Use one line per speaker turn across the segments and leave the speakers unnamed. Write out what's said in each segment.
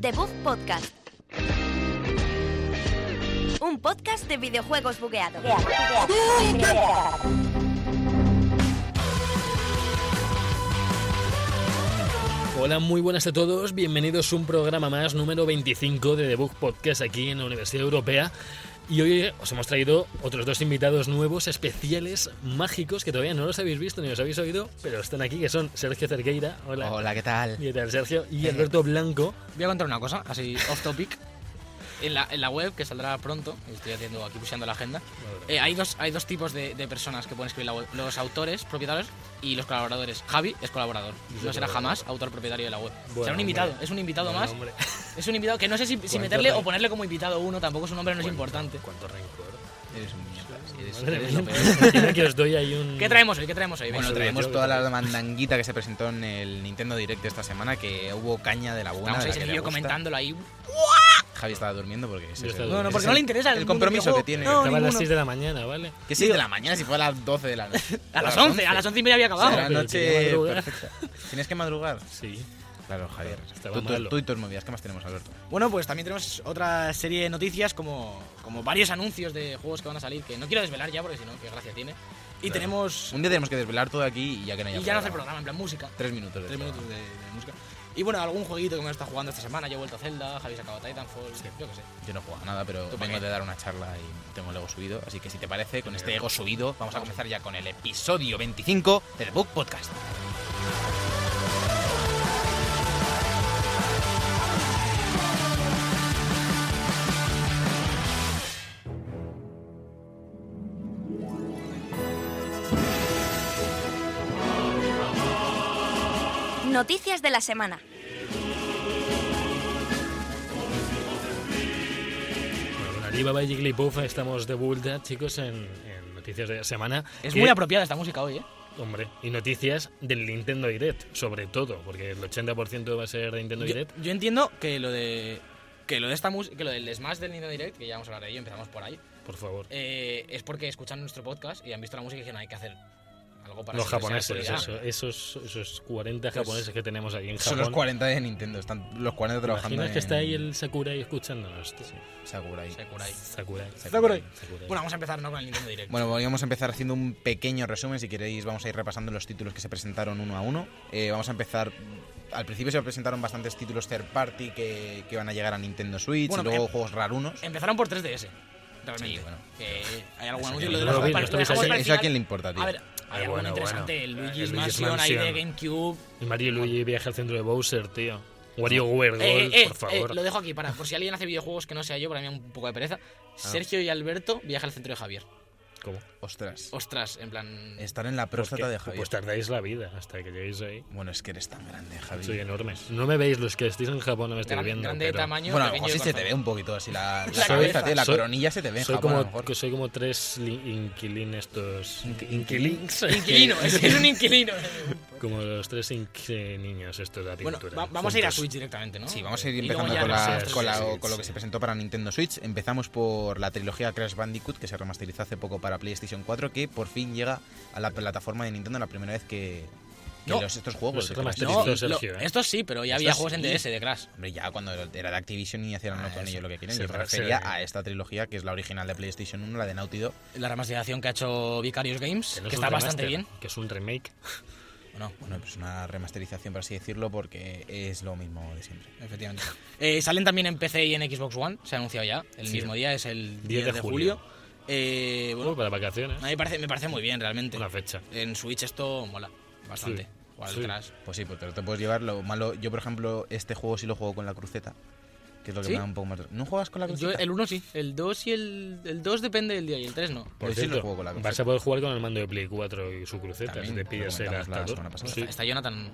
The Bug Podcast. Un podcast de videojuegos bugueado.
Hola, muy buenas a todos. Bienvenidos a un programa más, número 25 de The Book Podcast aquí en la Universidad Europea. Y hoy os hemos traído otros dos invitados nuevos, especiales, mágicos, que todavía no los habéis visto ni los habéis oído, pero están aquí, que son Sergio Cerqueira. Hola.
Hola, ¿qué tal?
¿Qué tal, Sergio? Y Alberto Blanco.
Voy a contar una cosa, así off topic. En la, en la web, que saldrá pronto, estoy haciendo aquí puseando la agenda, eh, hay, dos, hay dos tipos de, de personas que pueden escribir la web. Los autores, propietarios y los colaboradores. Javi es colaborador, no será jamás autor propietario de la web.
Bueno,
será un invitado,
hombre.
es un invitado
Bueno,
más.
hombre,
Es un invitado que no sé si, si
Cuánto
meterle
rank.
o ponerle como invitado uno, tampoco su nombre no es importante.
Cuánto rencor.
Eres un mierda. Eres,
Madre
eres lo
mía.
peor.
Imagina que os doy ahí un...
¿Qué traemos hoy? ¿Qué traemos hoy?
Bueno,
Eso
traemos
creo que
toda la
también.
mandanguita que se presentó en el Nintendo Direct esta semana, que hubo caña de la buena.
Estamos ahí
de la que le
sencillo
gusta.
comentándolo ahí.
Javi estaba durmiendo porque ese
Yo estaba
es el-
durmiendo. No, no,
ese
porque
es
no
le
el-
interesa el
el
mundo
compromiso que
videojuego.
tiene.
No,
Estaba a las
ninguno.
6 de la mañana, ¿vale?
Que 6 de la mañana si fue a las 12 de la noche.
A las 11, a las 11 y media había
O sea,
acabado.
era
Pero tiene que
noche
madrugar.
perfecta. ¿Tienes que madrugar?
Sí.
Claro, Javier.
Estaba
Tú, tú-
malo.
tú y tus movidas, ¿qué más tenemos, Alberto?
Bueno, pues también tenemos otra serie de noticias como, como varios anuncios de juegos que van a salir que no quiero desvelar ya porque si no, qué gracia tiene. Y
Claro.
tenemos...
Un día tenemos que desvelar todo aquí y ya que no haya
Y ya no hace programa, en plan música.
Pues
Tres minutos. de
Tres
programa.
minutos de, de música. Y bueno, algún jueguito que me está jugando esta semana. Yo he vuelto a Zelda, Javi se acaba Titanfall, yo qué sé.
Yo no juego a nada, pero
¿Tú para
vengo
qué?
de dar una charla y tengo el ego subido. Así que si te parece, con este ego subido, vamos a comenzar ya con el episodio 25 del Book Podcast.
Noticias de la semana.
Bueno, con Alibaba y Jigglypuff estamos de vuelta, chicos, en, en Noticias de la Semana.
Es
que-
muy apropiada esta música hoy, ¿eh?
Hombre, y noticias del Nintendo Direct, sobre todo, porque el 80% va a ser de Nintendo
Yo,
Direct.
yo entiendo que lo de... Que lo, de esta mus- que lo del Smash del Nintendo Direct, que ya vamos a hablar de ello, empezamos por ahí,
Por favor.
eh, es porque escuchan nuestro podcast y han visto la música y dijeron, hay que hacer algo para
Los
que sea
japoneses,
actualidad".
eso- eh. esos, esos 40
Pues-
japoneses que tenemos aquí en Japón.
Son los 40 de Nintendo, están los 40
¿Te
trabajando.
imaginas que está ahí
en
el Sakurai escuchándonos? tío?
Sakurai.
Sakurai.
Sakurai.
Sakurai.
Sakurai.
Bueno, vamos a empezar ¿no? con el Nintendo Direct.
Bueno, vamos a empezar haciendo un pequeño resumen. Si queréis, vamos a ir repasando los títulos que se presentaron uno a uno. Eh, vamos a empezar. Al principio se presentaron bastantes títulos third party que, que van a llegar a Nintendo Switch
Bueno,
y luego
em-
juegos rarunos.
Empezaron por 3DS. Realmente.
Sí, bueno.
Que hay algún
Eso
anuncio.
que
Lo de
no
los
lo vi, no
juegos para-
estuve
los juegos
ahí.
para el
Eso a quién
final-
le importa, tío.
A ver,
Ah,
hay algo
bueno, bueno.
interesante. El
El
Eh,
Luigi's
Luigi's
Mansion ahí de
Mansion.
GameCube.
Y Mario y Luigi viaja al centro de Bowser, tío.
Pues
WarioWare
Eh,
Gold,
eh, eh,
por favor.
eh, lo dejo aquí, para. Por si alguien hace videojuegos que no sea yo, para mí me da un poco de pereza.
Ah.
Sergio y Alberto viajan al centro de Javier.
¿Cómo?
Ostras.
Ostras, en plan.
Estar en la próstata
¿Qué?
de Javier.
Pues tardáis la vida hasta que lleguéis ahí.
Bueno, es que eres tan grande, Javier.
Soy enorme. No me veis los que estáis en Japón, no me estáis
gran-
viendo.
grande de
pero
tamaño.
Bueno, a lo
pequeño
mejor sí
de
se te
corazón.
ve un poquito así la, la
La
cabeza,
cabeza.
tío, la
Soy-
coronilla se te ve en
soy
Japón, a lo
como,
mejor.
que soy como tres li- inquilín estos.
inquilins.
Inquilino, es, es un inquilino.
Como los tres inqui- niños estos de la
bueno,
pintura.
va- vamos a ir a
juntos.
Switch directamente, ¿no?
Sí, vamos a ir
Y luego
empezando
ya
con,
los
la-
otros
con la-
tres.
sí,
con lo que
sí.
se presentó para Nintendo Switch. Empezamos por la trilogía Crash Bandicoot, que se remasterizó hace poco para PlayStation 4, que por fin llega a la plataforma de Nintendo la primera vez que, que
No.
los- estos juegos.
Los
que
remasterizó.
No,
remasterizan.
Esto, Sergio,
lo-
¿eh?
estos sí, pero ya había
Estos
juegos en
sí.
DS de Crash.
Hombre, ya cuando era de Activision y hacían
Ah,
con
eso.
ellos lo que quieren.
Se
Yo me
ra- se-
refería a esta trilogía, que es la original de PlayStation 1, la de Naughty Dog.
La remasterización que ha hecho Vicarious Games,
Que
que,
no es un
está bastante
remaster,
bien.
Que es un remake.
Bueno,
Bueno, pues una remasterización, por así decirlo, porque es lo mismo de siempre.
efectivamente. Eh, salen también en PC y en Xbox One, se ha anunciado ya, el
Sí.
mismo día, es el 10,
de
de,
julio.
julio. Eh, bueno,
Bueno, para vacaciones.
a mí me parece, me parece muy bien realmente.
Una fecha.
En Switch esto mola bastante.
Sí.
Jugar al
Sí.
Crash.
Pues sí, pues te lo te puedes llevar. Lo malo, yo por ejemplo, este juego sí lo juego con la cruceta, que es lo que
¿Sí?
me da un poco más. de- ¿No juegas con la
Yo
cruceta?
el 1 sí, el 2 y el, el 2 depende del día y el 3 no.
Por
Yo sí lo
cierto,
juego con la
vas
cruceta.
a poder jugar con el mando de Play 4 y su cruceta.
También,
si te
lo
pillas el
comentamos la
adaptador.
semana pasada.
Sí.
Está Jonathan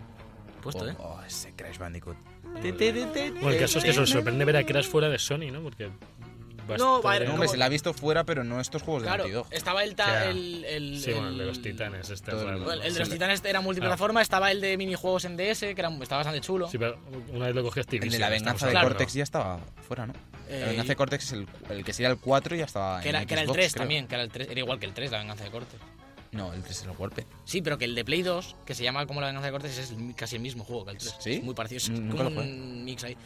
puesto, ¿eh?
Oh, oh, ese Crash Bandicoot.
Bueno, el caso es que se os sorprende ver a Crash fuera de Sony, ¿no? Porque. va a
No,
estar
vale,
en-
No, hombre, se la ha visto fuera, pero no estos juegos de
Claro,
Naughty Dog.
estaba el, ta-
O sea,
el, el-
Sí, bueno, el de
el-
los titanes. Este
todo el-
raro,
Bueno, el de los
Sí. Ah.
titanes era multiplataforma, estaba el de minijuegos en DS, que era, estaba bastante chulo.
Sí, pero una vez lo cogí
El
Activision.
de la
estamos
venganza de
hablando.
Cortex ya estaba fuera, ¿no?
Eh,
la venganza de Cortex es el, el que sería el 4 y ya estaba
que
en
era, que era el
Xbox,
3
creo.
también, que era el 3, era igual que el 3, la venganza de corte.
No, el 3 es el Warped.
Sí, pero que el de Play 2, que se llama como la venganza de Cortés, es el- casi el mismo juego que el 3.
¿Sí? Mm,
Es muy parecido, es
Nunca
como
lo jugué.
un mix ahí.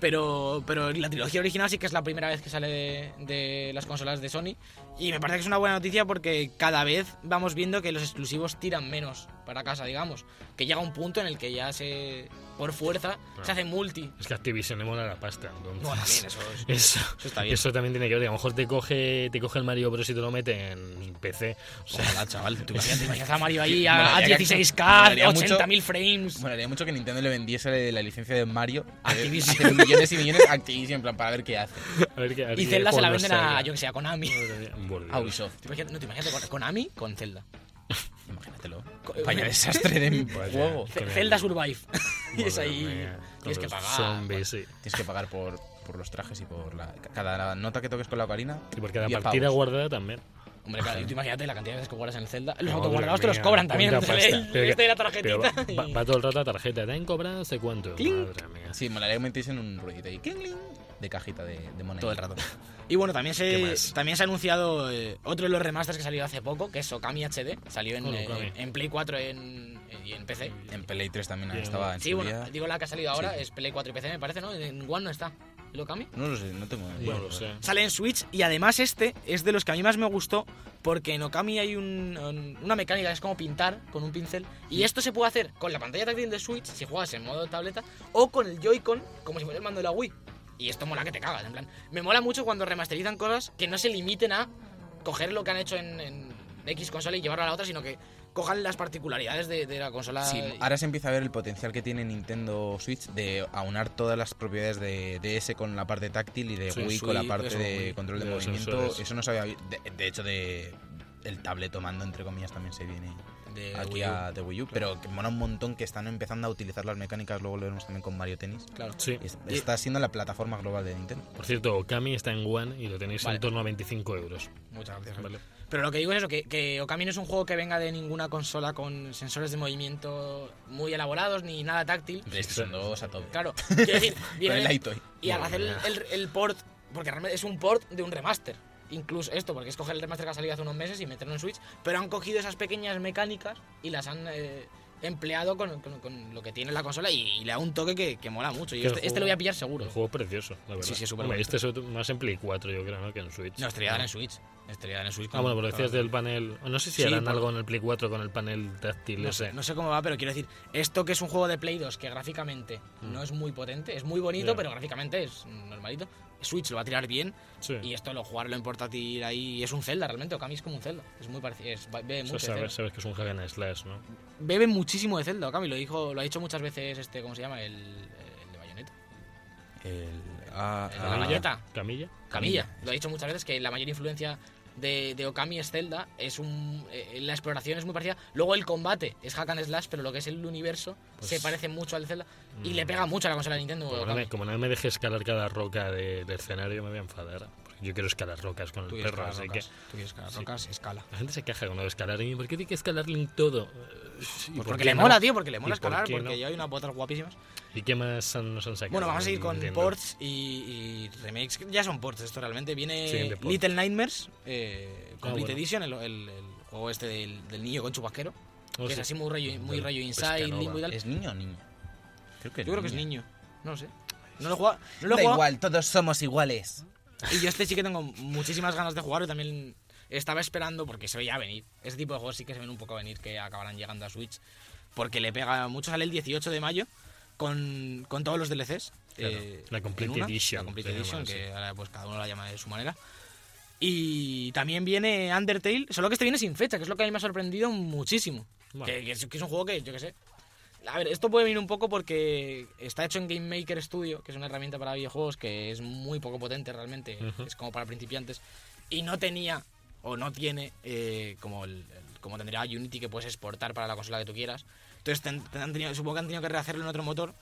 Pero, pero la trilogía original sí que es la primera vez que sale de, de las consolas de Sony. Y me parece que es una buena noticia porque cada vez vamos viendo que los exclusivos tiran menos para casa, digamos. Que llega un punto en el que ya se, por fuerza, se hace multi.
Es que Activision le mola la pasta. entonces-
Bueno, bien, eso es-
Eso,
eso está bien.
eso también tiene que ver. que A lo mejor te coge, te coge el Mario Bros y te lo mete en PC. O sea,
Ojalá, chaval.
Imagínate,
Tú imagínate.
imagínate a Mario ahí
Molaría
a, a
que-
16K,
molaría mucho-
80.000 frames.
Molaría mucho que Nintendo le vendiese la licencia de Mario a
Activision.
hacer millones y millones a Activision, en plan, para ver qué hace.
a ver qué- a ver
y
qué
Zelda se la
juego
venden a, Ah,
sale.
yo que sé, a Konami.
Madre mía, por Dios.
A Ubisoft.
¿Te imaginas- no, te imaginas con Konami con Zelda.
Imagínatelo.
Eh,
Vaya desastre de mi
Vaya.
juego.
Ce-
Qué
Zelda Survive. y
Madre
es ahí.
mía, con
Tienes que
los
pagar.
Zombies, sí.
Tienes que pagar por, por los trajes y por la, cada nota que toques con la ocarina.
Y por cada
10
partida
pavos.
guardada también.
Hombre, claro, y tú imagínate la cantidad de veces que guardas en el Zelda. Los
Madre
autoguardados te los
mía,
cobran también.
cuánta
entonces,
pasta.
el-
Pero que-
este de la
pero
tarjetita.
va, va-
y-
va todo el rato la tarjeta. ¿Te han cobrado? ¿Hace cuánto?
Clink.
Madre mía.
Sí, molaría que metiesen un ruidito ahí. cling, cling, De cajita de, de moneda.
Todo el rato. Y bueno, también
¿Qué
se,
más?
también se ha anunciado eh, otro de los remasters que salió hace poco, que es Okami HD. Salió en,
Hola,
eh,
Okami.
en Play 4 en- eh, y en PC.
En Play 3 también
Bien.
estaba Ah, en
Sí,
su
bueno,
día.
digo la que ha salido ahora,
Sí.
es Play 4 y PC, me parece, ¿no? En One no está. ¿El Okami?
No lo sé, no tengo.
Bueno, lo sé.
Sale en Switch y además este es de los que a mí más me gustó porque en Okami hay un- un- una mecánica que es como pintar con un pincel y esto se puede hacer con la pantalla táctil de Switch si juegas en modo tableta o con el Joy-Con como si fuera el mando de la Wii. Y esto mola que te cagas, en plan. Me mola mucho cuando remasterizan cosas que no se limiten a coger lo que han hecho en, en X consola y llevarlo a la otra, sino que cojan las particularidades de, de la consola.
Sí,
y-
ahora se empieza a ver el potencial que tiene Nintendo Switch de aunar todas las propiedades de DS con la parte táctil y de
Sí,
Wii
Switch,
con la parte
eso,
de
Wii,
control de,
de los
movimiento.
sensores.
Eso no se había vi- de, de hecho, de el tablet mando, entre comillas, también se viene
de
aquí
Wii U.
a de Wii U. Pero que mola un montón que están empezando a utilizar las mecánicas. Luego lo veremos también con Mario Tennis.
Claro.
Sí.
Es- Está siendo la plataforma global de Nintendo.
Por cierto, Okami está en One y lo tenéis
Vale.
en torno a 25 euros.
Muchas gracias.
Vale.
Pero lo que digo es eso, que, que Okami no es un juego que venga de ninguna consola con sensores de movimiento muy elaborados ni nada táctil.
Hombre, es que son dos a tope.
Claro, quiero decir, viene
el Lightoy.
y al
Madre
hacer el,
mía.
el- el port, porque realmente es un port de un remaster, incluso esto, porque es coger el remaster que ha salido hace unos meses y meterlo en Switch, pero han cogido esas pequeñas mecánicas y las han eh, empleado con, con- con lo que tiene la consola y, y le da un toque que, que mola mucho. Y
Que el
este, este lo
juego-
voy a pillar seguro.
El juego es precioso, la verdad.
Sí, sí, es súper
Hombre,
bonito.
Este es otro- más en Play 4, yo creo, ¿no? Que en Switch.
No, este estaría en Switch. Este Estaría en Switch.
Ah, bueno, pero
con-
decías del panel. No sé si
Sí,
harán
por-
algo en el Play 4 con el panel táctil
No
ese.
sé, no sé cómo va, pero quiero decir, esto que es un juego de Play 2 que gráficamente no es muy potente, es muy bonito,
Mm. Ya.
pero gráficamente es normalito. Switch lo va a tirar bien
Sí.
y esto lo jugarlo en portátil ahí es un Zelda realmente, Okami es como un Zelda, es muy parecido, es, bebe
Eso
mucho de
sabes,
Zelda.
sabes que es un hack and slash, ¿no?
Bebe muchísimo de Zelda, Okami, lo dijo, lo ha dicho muchas veces este, ¿cómo se llama? El, el de Bayonetta.
El, ah,
El de
ah,
Bayonetta.
¿Camilla?
Camilla.
Camilla.
Lo ha dicho muchas veces que la mayor influencia de, de Okami es Zelda. Es un, eh, la exploración es muy parecida. Luego el combate es hack and slash, pero lo que es el universo
Pues-
se parece mucho al Zelda. Y
Mm. Pues
le pega mucho a la consola de Nintendo.
Como no,
Okami.
me, como no me deje escalar cada roca de- del escenario, me voy a enfadar. Porque yo quiero escalar rocas con el
Tú y
perro,
escalar
así que.
rocas. Tú y escalar
sí.
rocas, escala.
La gente se queja con lo de escalar. ¿Y por qué tiene que escalar Link todo? ¿Y por
Pues Porque,
qué
le
no?
mola, tío, porque le
¿Y
mola
por
escalar,
qué
porque
no?
ya hay unas botas guapísimas.
¿Y qué más han- nos han sacado?
Bueno, vamos a seguir con
Nintendo?
ports y, y remakes. que Ya son ports esto realmente. Viene
Siguiente port.
Little Nightmares, eh, Complete
Ah, bueno.
Edition, el, el- el juego este del, del niño con chubasquero.
Oh,
que es
sí.
así muy rayo, muy
Del pues
rayo inside,
Pescanova.
limbo y tal.
¿Es niño o niña? Creo que
Yo creo que es niño. No lo sé. No lo he jugado. No lo he
da
jugado.
igual, todos somos iguales.
Y yo este sí que tengo muchísimas ganas de jugarlo. También estaba esperando porque se veía venir. Ese tipo de juegos sí que se ven un poco venir que acabarán llegando a Switch. Porque le pega mucho. Sale el 18 de mayo con, con todos los DLCs.
Claro, la
eh, en
Complete
una,
Edition,
La Complete
se llama,
Edition, que
sí.
ahora pues cada uno la llama de su manera. Y también viene Undertale, solo que este viene sin fecha, que es lo que a mí me ha sorprendido muchísimo.
Bueno.
Que, que es, que es un juego que, yo qué sé. A ver, esto puede venir un poco porque está hecho en Game Maker Studio, que es una herramienta para videojuegos que es muy poco potente realmente,
Ujú.
es como para principiantes, y no tenía o no tiene eh, como, el- el- como tendría Unity que puedes exportar para la consola que tú quieras. Entonces ten- ten- han tenido- supongo que han tenido que rehacerlo en otro motor.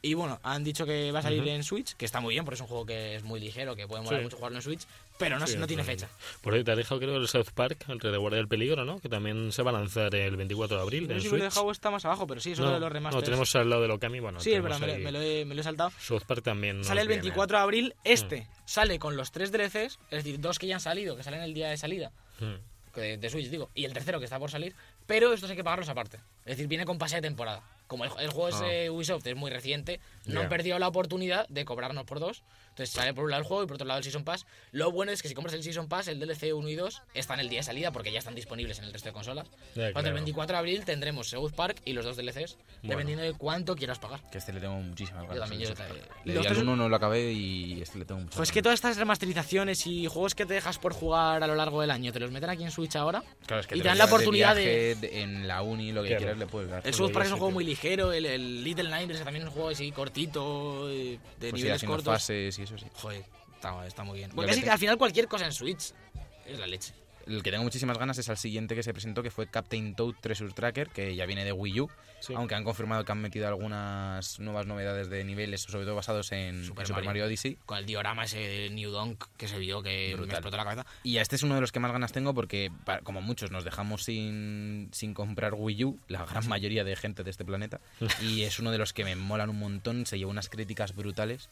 Y bueno, han dicho que va a salir
Ujú.
en Switch, que está muy bien, porque es un juego que es muy ligero, que puede molar
Sí.
mucho jugarlo en Switch, pero no,
Sí,
no tiene
realmente.
fecha.
Por ahí te ha dejado, creo, el South Park, el de Guardia del Peligro, ¿no? Que también se va a lanzar el 24 de abril.
No sé
en
si me
Switch.
lo he dejado está más abajo, pero sí, es uno de los remasters.
no, tenemos al lado de Lokami. Bueno,
sí, es
tenemos
verdad, me lo,
ahí-
me lo he, me lo he saltado.
South Park también.
Sale
nos
el
viene.
24 de
Mm.
abril, este sale con los tres DLCs, es decir, dos que ya han salido, que salen el día de salida,
Mm.
que de, de Switch, digo, y el tercero que está por salir, pero estos hay que pagarlos aparte. Es decir, viene con pase de temporada. Como el, el juego es
Ah.
eh, Ubisoft, es muy reciente, no
Ya.
han perdido la oportunidad de cobrarnos por dos. Entonces sale por un lado el juego y por otro lado el Season Pass. Lo bueno es que si compras el Season Pass, el DLC 1 y 2 están el día de salida porque ya están disponibles en el resto de consolas. Para
claro.
el 24 de abril tendremos South Park y los dos DLCs, dependiendo de cuánto quieras pagar.
Que a este le tengo muchísimas ganas.
también, yo
Sí,
también.
Le
Los
di al
tres-
uno, no lo acabé y este le tengo muchas
Pues que todas estas remasterizaciones y juegos que te dejas por jugar a lo largo del año, te los meten aquí en Switch ahora.
Claro, es que
y
te
te
lo
dan la
llevas
oportunidad de-
viaje, En la uni, lo que
Claro.
quieras le puedes dar.
El
Pues
South Park
yo
es un
sé
juego
que-
muy ligero, el, el Little Nightmares también es un juego así cortito, eh, de
Pues ir
niveles
haciendo
cortos.
fases y eso sí.
Joder, está, está muy bien.
Lo
Porque
que
sí,
te-
que al final cualquier cosa en Switch es la leche.
El que tengo muchísimas ganas es al siguiente que se presentó, que fue Captain Toad Treasure Tracker, que ya viene de Wii U.
Sí.
Aunque han confirmado que han metido algunas nuevas novedades de niveles, sobre todo basados en en
Super
Super,
Mario.
Mario. Odyssey.
Con el diorama ese de New Donk que se vio que me
Brutal.
explotó la cabeza.
Y este es uno de los que más ganas tengo porque, pa- como muchos, nos dejamos sin, sin comprar Wii U, la gran mayoría de gente de este planeta. Y es uno de los que me molan un montón, se lleva unas críticas brutales.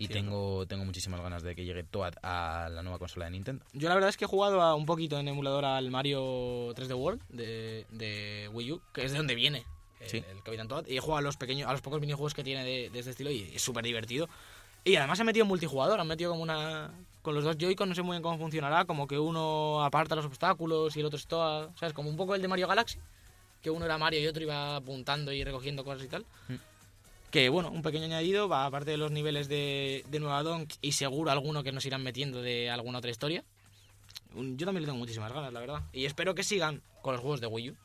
Y tengo, tengo muchísimas ganas de que llegue Toad a la nueva consola de Nintendo.
Yo la verdad es que he jugado a un poquito en emulador al Mario 3D World de, de Wii U, que es de donde viene el,
Sí.
el Capitán Toad. Y he jugado a los, pequeños, a los pocos minijuegos que tiene de, de este estilo y es súper divertido. Y además han metido multijugador, han metido como una... Con los dos Joy-Con no sé muy bien cómo funcionará, como que uno aparta los obstáculos y el otro es Toad. ¿Sabes? Como un poco el de Mario Galaxy, que uno era Mario y otro iba apuntando y recogiendo cosas y tal.
Mm.
Que bueno, un pequeño añadido, va aparte de los niveles de, de Nueva Donk y seguro alguno que nos irán metiendo de alguna otra historia. Un- Yo también le tengo muchísimas ganas, la verdad. Y espero que sigan con los juegos de Wii U.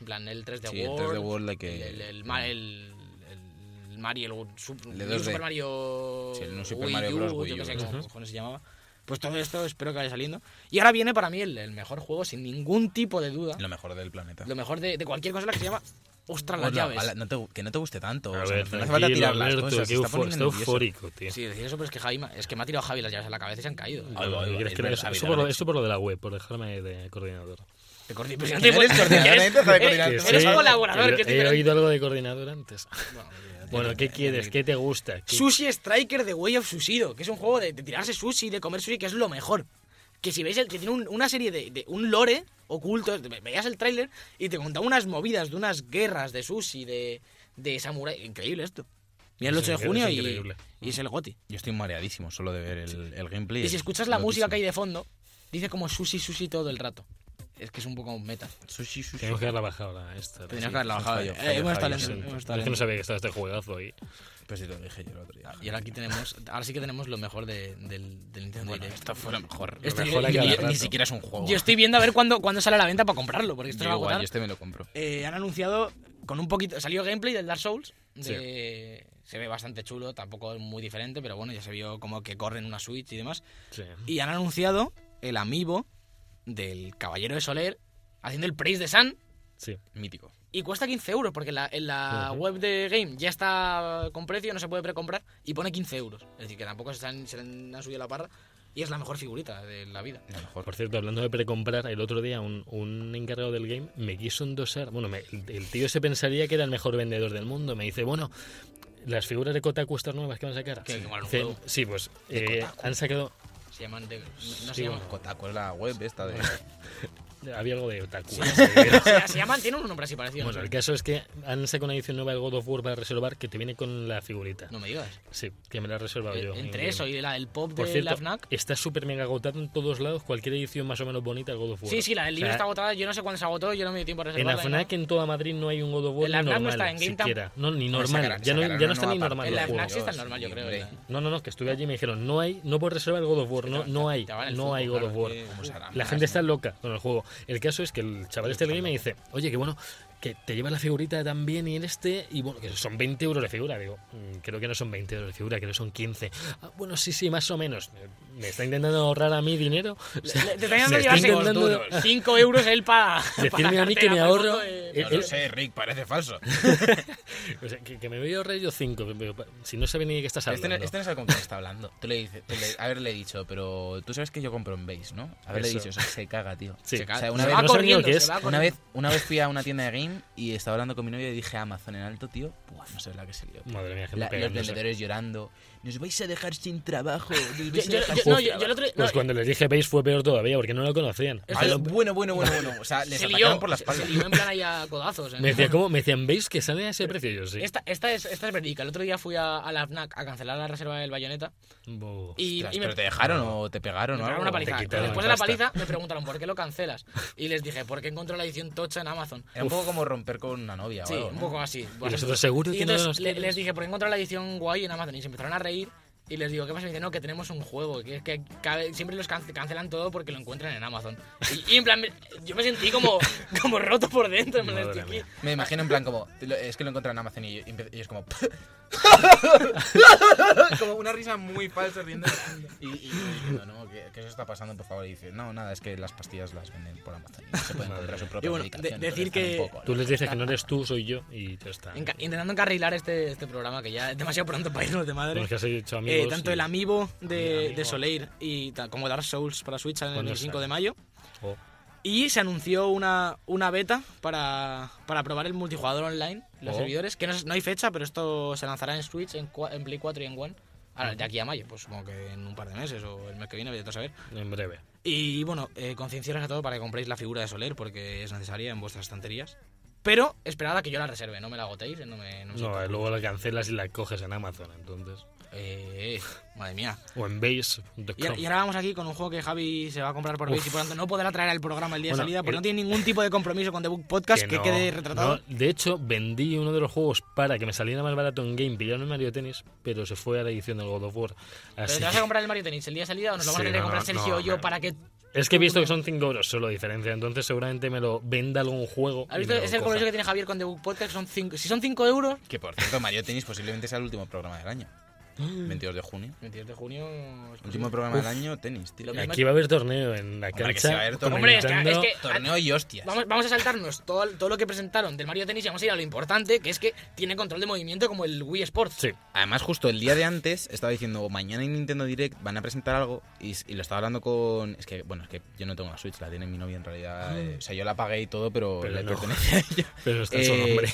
En plan, el 3D
Sí, el
World.
3D World hay que- Mm.
El, el Ma- el- el Mario, el, Sup-
El de 2D.
Super Mario.
Sí, el Super
Wii
Mario Bros.
U,
Wii
yo qué
U,
sé
eso.
cómo cojones se llamaba. Pues todo esto espero que vaya saliendo. Y ahora viene para mí el, el mejor juego, sin ningún tipo de duda.
Lo mejor del planeta.
Lo mejor de, de cualquier cosa que se llama. Ostras, las
Hola,
llaves.
ala, Pues no te- que no te guste tanto.
A
o sea,
ver,
no hace falta
tranquilo,
tirar las
Alberto,
cosas.
qué
se está
eufo- está
poniendo nervioso.
eufórico, tío.
Sí, decir eso, pero es que Javi, ma- es que me ha tirado Javi las llaves a la cabeza y se han caído.
Ay, va, va,
¿Quieres
es
que-
verdad,
eso,
David,
por lo,
Alex.
eso por lo de la web, por dejarme de coordinador.
Te corté- pero si no
¿Quién
te
eres
puedes-
coordinador?
eres-
Nadie te sabe
eres-
coordinar.
Eres
Sí,
colaborador,
pero
que es
He
diferente.
oído algo de coordinador antes. Bueno, ¿qué quieres? ¿Qué te gusta? ¿Qué-
Sushi Striker de Way of Sushido, que es un juego de, de tirarse sushi, de comer sushi, que es lo mejor. Que si veis, el, que tiene un- una serie de, de- un lore oculto, ve- veías el tráiler y te contaba unas movidas de unas guerras de sushi, de, de samurái. Increíble esto. Mira el
Es
8 de
incre-
junio
es
y,
increíble.
y es el goti.
Yo estoy mareadísimo solo de ver el, el gameplay.
Y si escuchas la música que hay de fondo, dice como sushi, sushi todo el rato. Es que es un poco meta.
Sushi, sushi.
Tenemos que haberla bajado ahora. Esta,
Tenías
sí.
que haberla
es un
bajado.
fallo,
Eh,
fallo,
hemos estado
fallo,
lentos,
sí.
hemos estado
Es que no
lentos.
sabía que estaba este juegazo ahí.
Pero si te lo dije yo el otro
Ah,
día.
Y ahora aquí tenemos, ahora sí que tenemos lo mejor de- del, del Nintendo
Bueno,
Direct.
esto fue lo mejor.
Esto-
mejor
yo-
hay que
yo-
hablar.
Ni siquiera es un juego.
yo estoy viendo a ver cuándo, cuándo sale a la venta para comprarlo, porque esto
Yo
se va a
igual,
agotar.
yo este me lo compro.
Eh, han anunciado con un poquito, salió gameplay del Dark Souls, de- se ve bastante chulo, tampoco es muy diferente, pero bueno, ya se vio como que corren una Switch y demás.
Sí.
Y han anunciado el amiibo del Caballero de Soler haciendo el Praise de Sun.
sí.
Mítico.
Y cuesta 15 euros, porque en la, en la
Ujú.
web de Game ya está con precio, no se puede precomprar, y pone 15 euros. Es decir, que tampoco se, han, se han han subido la parra, y es la mejor figurita de la vida.
A lo mejor.
Por cierto, hablando de precomprar, el otro día un, un encargado del game me quiso endosar. Bueno, me- el, el tío se pensaría que era el mejor vendedor del mundo. Me dice, bueno, las figuras de Kotaku estas nuevas que van a sacar.
Que- que mal
Dice,
juego.
sí, pues eh, han sacado.
Se llaman... de- no
Sí,
se llaman...
bueno.
Kotaku es la web esta de.
Había algo de Otaku.
se, se llaman... Tienen un nombre así parecido. no
Bueno,
sé.
el caso es que han sacado una edición nueva del God of War para reservar que te viene con la figurita.
No me digas.
Sí, que me la he reservado
Eh,
yo.
Entre eso y la, el pop
Por
de
cierto,
la FNAC...
está súper mega agotado en todos lados. Cualquier edición más o menos bonita del God of War.
Sí, sí, la del
O
libro
sea,
está agotada, yo no sé cuándo se agotó, yo no me dio tiempo a
En
reservarla. ¿eh?
la
ni
FNAC en toda Madrid no hay un God of War
En la
ni
FNAC no
normal,
está en Game Town.
siquiera. No, ni
Hombre,
normal.
sacarán-
ya no,
sacarán
ya no
una
está ni
nueva
normal
En
parte.
el
la
juego.
FNAC sí está el normal, yo
Hombre.
creo. ¿eh? ¿verdad?
No, no, no, que estuve allí y me dijeron, no hay, no puedes reservar el God of War, no, no hay,
Te van el
no
fútbol,
hay God
claro,
of War.
que-
¿Cómo se hará?
La gente está loca con el juego. El caso es que el chaval este del game me dice, oye, que bueno, que te llevas la figurita también y en este, y bueno, que son 20 euros de figura. Digo, "Mm, creo que no son 20 euros de figura, creo que son 15. "Ah, bueno, sí, sí, más o menos. Me está intentando ahorrar a mí dinero. O sea,
Le- Te
me
están
está intentando
5 euros él para...
decirme a mí que me ahorro... el- el-
Rick, parece falso.
o sea, que, que me voy a ahorrar yo 5, si no sabe ni de qué estás
Este,
hablando.
no- este no sabe con quién está hablando. Tú le dices, tú le- haberle dicho, pero tú sabes que yo compro en Base, ¿no? Haberle
Eso.
dicho, eso se caga, tío.
Sí.
O sea, una
Se
vez-
va
no sé ni lo
corriendo,
que
se
es.
va corriendo.
Una vez, una vez fui a una tienda de game y "Ah, estaba hablando con mi novia y dije Amazon en alto, tío. Buah, no sé la que se lió.
Madre mía, gente
La- los
pegándose.
vendedores llorando.
nos vais a dejar sin trabajo. nos
Yo,
vais a
yo-
dejar
yo-
sin
no, yo- yo
trabajo".
el otro día- no, eh,
Pues cuando les dije Base fue peor todavía, porque no lo conocían.
Al- bueno, bueno, bueno, bueno. O sea, les
se
atacaron
lió,
por la
se
espalda.
lió en plan ahí a codazos. ¿eh?
Me, decía, ¿cómo? me decían, ¿veis que sale a ese precio? Yo sí.
Esta, esta, es, esta es verídica. El otro día fui a, a la FNAC a cancelar la reserva del bayoneta
Buh.
y,
Ostras,
y me,
¿Pero te dejaron o te pegaron
me
o
pegaron
algo?
una paliza.
Te quitaron
Después de la
pasta.
paliza me preguntaron por qué lo cancelas. Y les dije, porque encontré la edición tocha en Amazon.
Era un poco como romper con una novia
Sí,
o algo.
un
¿no?
poco así.
¿Y vosotros seguro
Y
que no
entonces
los
le-
tienes?
les dije, por encontrar la edición guay en Amazon y se empezaron a reír. Y les digo, ¿qué pasa? Y me dicen, no, que tenemos un juego, que, que cabe- siempre los cance- cancelan todo porque lo encuentran en Amazon. Y, y en plan, me- yo me sentí como, como roto por dentro. en plan,
Madre
estoy aquí.
mía.
Me imagino en plan como, lo- es que lo encontré en Amazon y, y empe- y es como... como una risa muy falsa riendo. Y, y yo diciendo, no, ¿qué, qué os está pasando, por favor? Y dice, no, nada, es que las pastillas las venden por Amazon. y no se pueden comprar su propia
Y bueno, de-
medicación.
decir
entonces están
que-
un poco,
Tú
¿no?
les dices que no eres tú, soy yo y ya está.
Enca- intentando encarrilar este, este programa que ya es demasiado pronto para irnos de madre.
Los que has hecho
Eh,
amigos.
tanto
y-
el amiibo de,
Amigo.
de Soleil y ta- como Dark Souls para Switch salen el
¿Cuándo
25
sale?
de mayo.
Oh,
Y se anunció una, una beta para, para probar el multijugador online, los
Oh.
servidores, que no, es- no hay fecha, pero esto se lanzará en Switch, en, cua- en Play 4 y en One. Ahora, de aquí a mayo, pues supongo que en un par de meses o el mes que viene, vete a saber.
en breve.
Y bueno, eh, concienciaros a todos para que compréis la figura de Soler, porque es necesaria en vuestras estanterías. Pero esperad a que yo la reserve, no me la agotéis, eh, no me... No me
No,
siento-
eh, luego la cancelas y la coges en Amazon, entonces.
Eh, eh, madre mía.
O en Base.
Y, a- y ahora vamos aquí con un juego que Javi se va a comprar por
Uf.
Base y por tanto no podrá traer al programa el día
Bueno,
de salida porque
el-
no tiene ningún tipo de compromiso con The Book Podcast que,
no,
quede retratado.
no. de hecho, vendí uno de los juegos para que me saliera más barato en Game, pillaron el Mario Tennis, pero se fue a la edición del God of War.
¿Pero
Así
te vas a
que-
comprar el Mario Tennis el día de salida o nos lo van
Sí,
a tener que
no,
comprar
no,
Sergio
no,
o yo
no.
para que...
Es que he visto que son 5 euros solo de diferencia, entonces seguramente me lo venda algún juego.
¿Has
y
visto?
me lo
Es el
coja.
compromiso que tiene Javier con The Book Podcast. Son cinco, si son 5 euros...
Que por cierto, Mario Tenis posiblemente sea el último programa del año. 22 de junio.
22 de junio... es
Último
posible.
programa del año, tenis, tío.
Lo mismo-
Aquí va a haber torneo en la
Hombre, que
cancha.
sí va a haber torneo.
Hombre, es que-
Nintendo.
es que-
Torneo y hostias.
Vamos, vamos a saltarnos todo, todo lo que presentaron del Mario Tennis y vamos a ir a lo importante, que es que tiene control de movimiento como el Wii Sports.
Sí.
Además, justo el día de antes estaba diciendo, mañana en Nintendo Direct van a presentar algo y, s- y lo estaba hablando con... Es que, bueno, es que yo no tengo la Switch, la tiene mi novia en realidad. eh, o sea, yo la pagué y todo, pero,
Ah. Pero
le
no.
pertenece a ella.
Pero está en su
Eh,
nombre.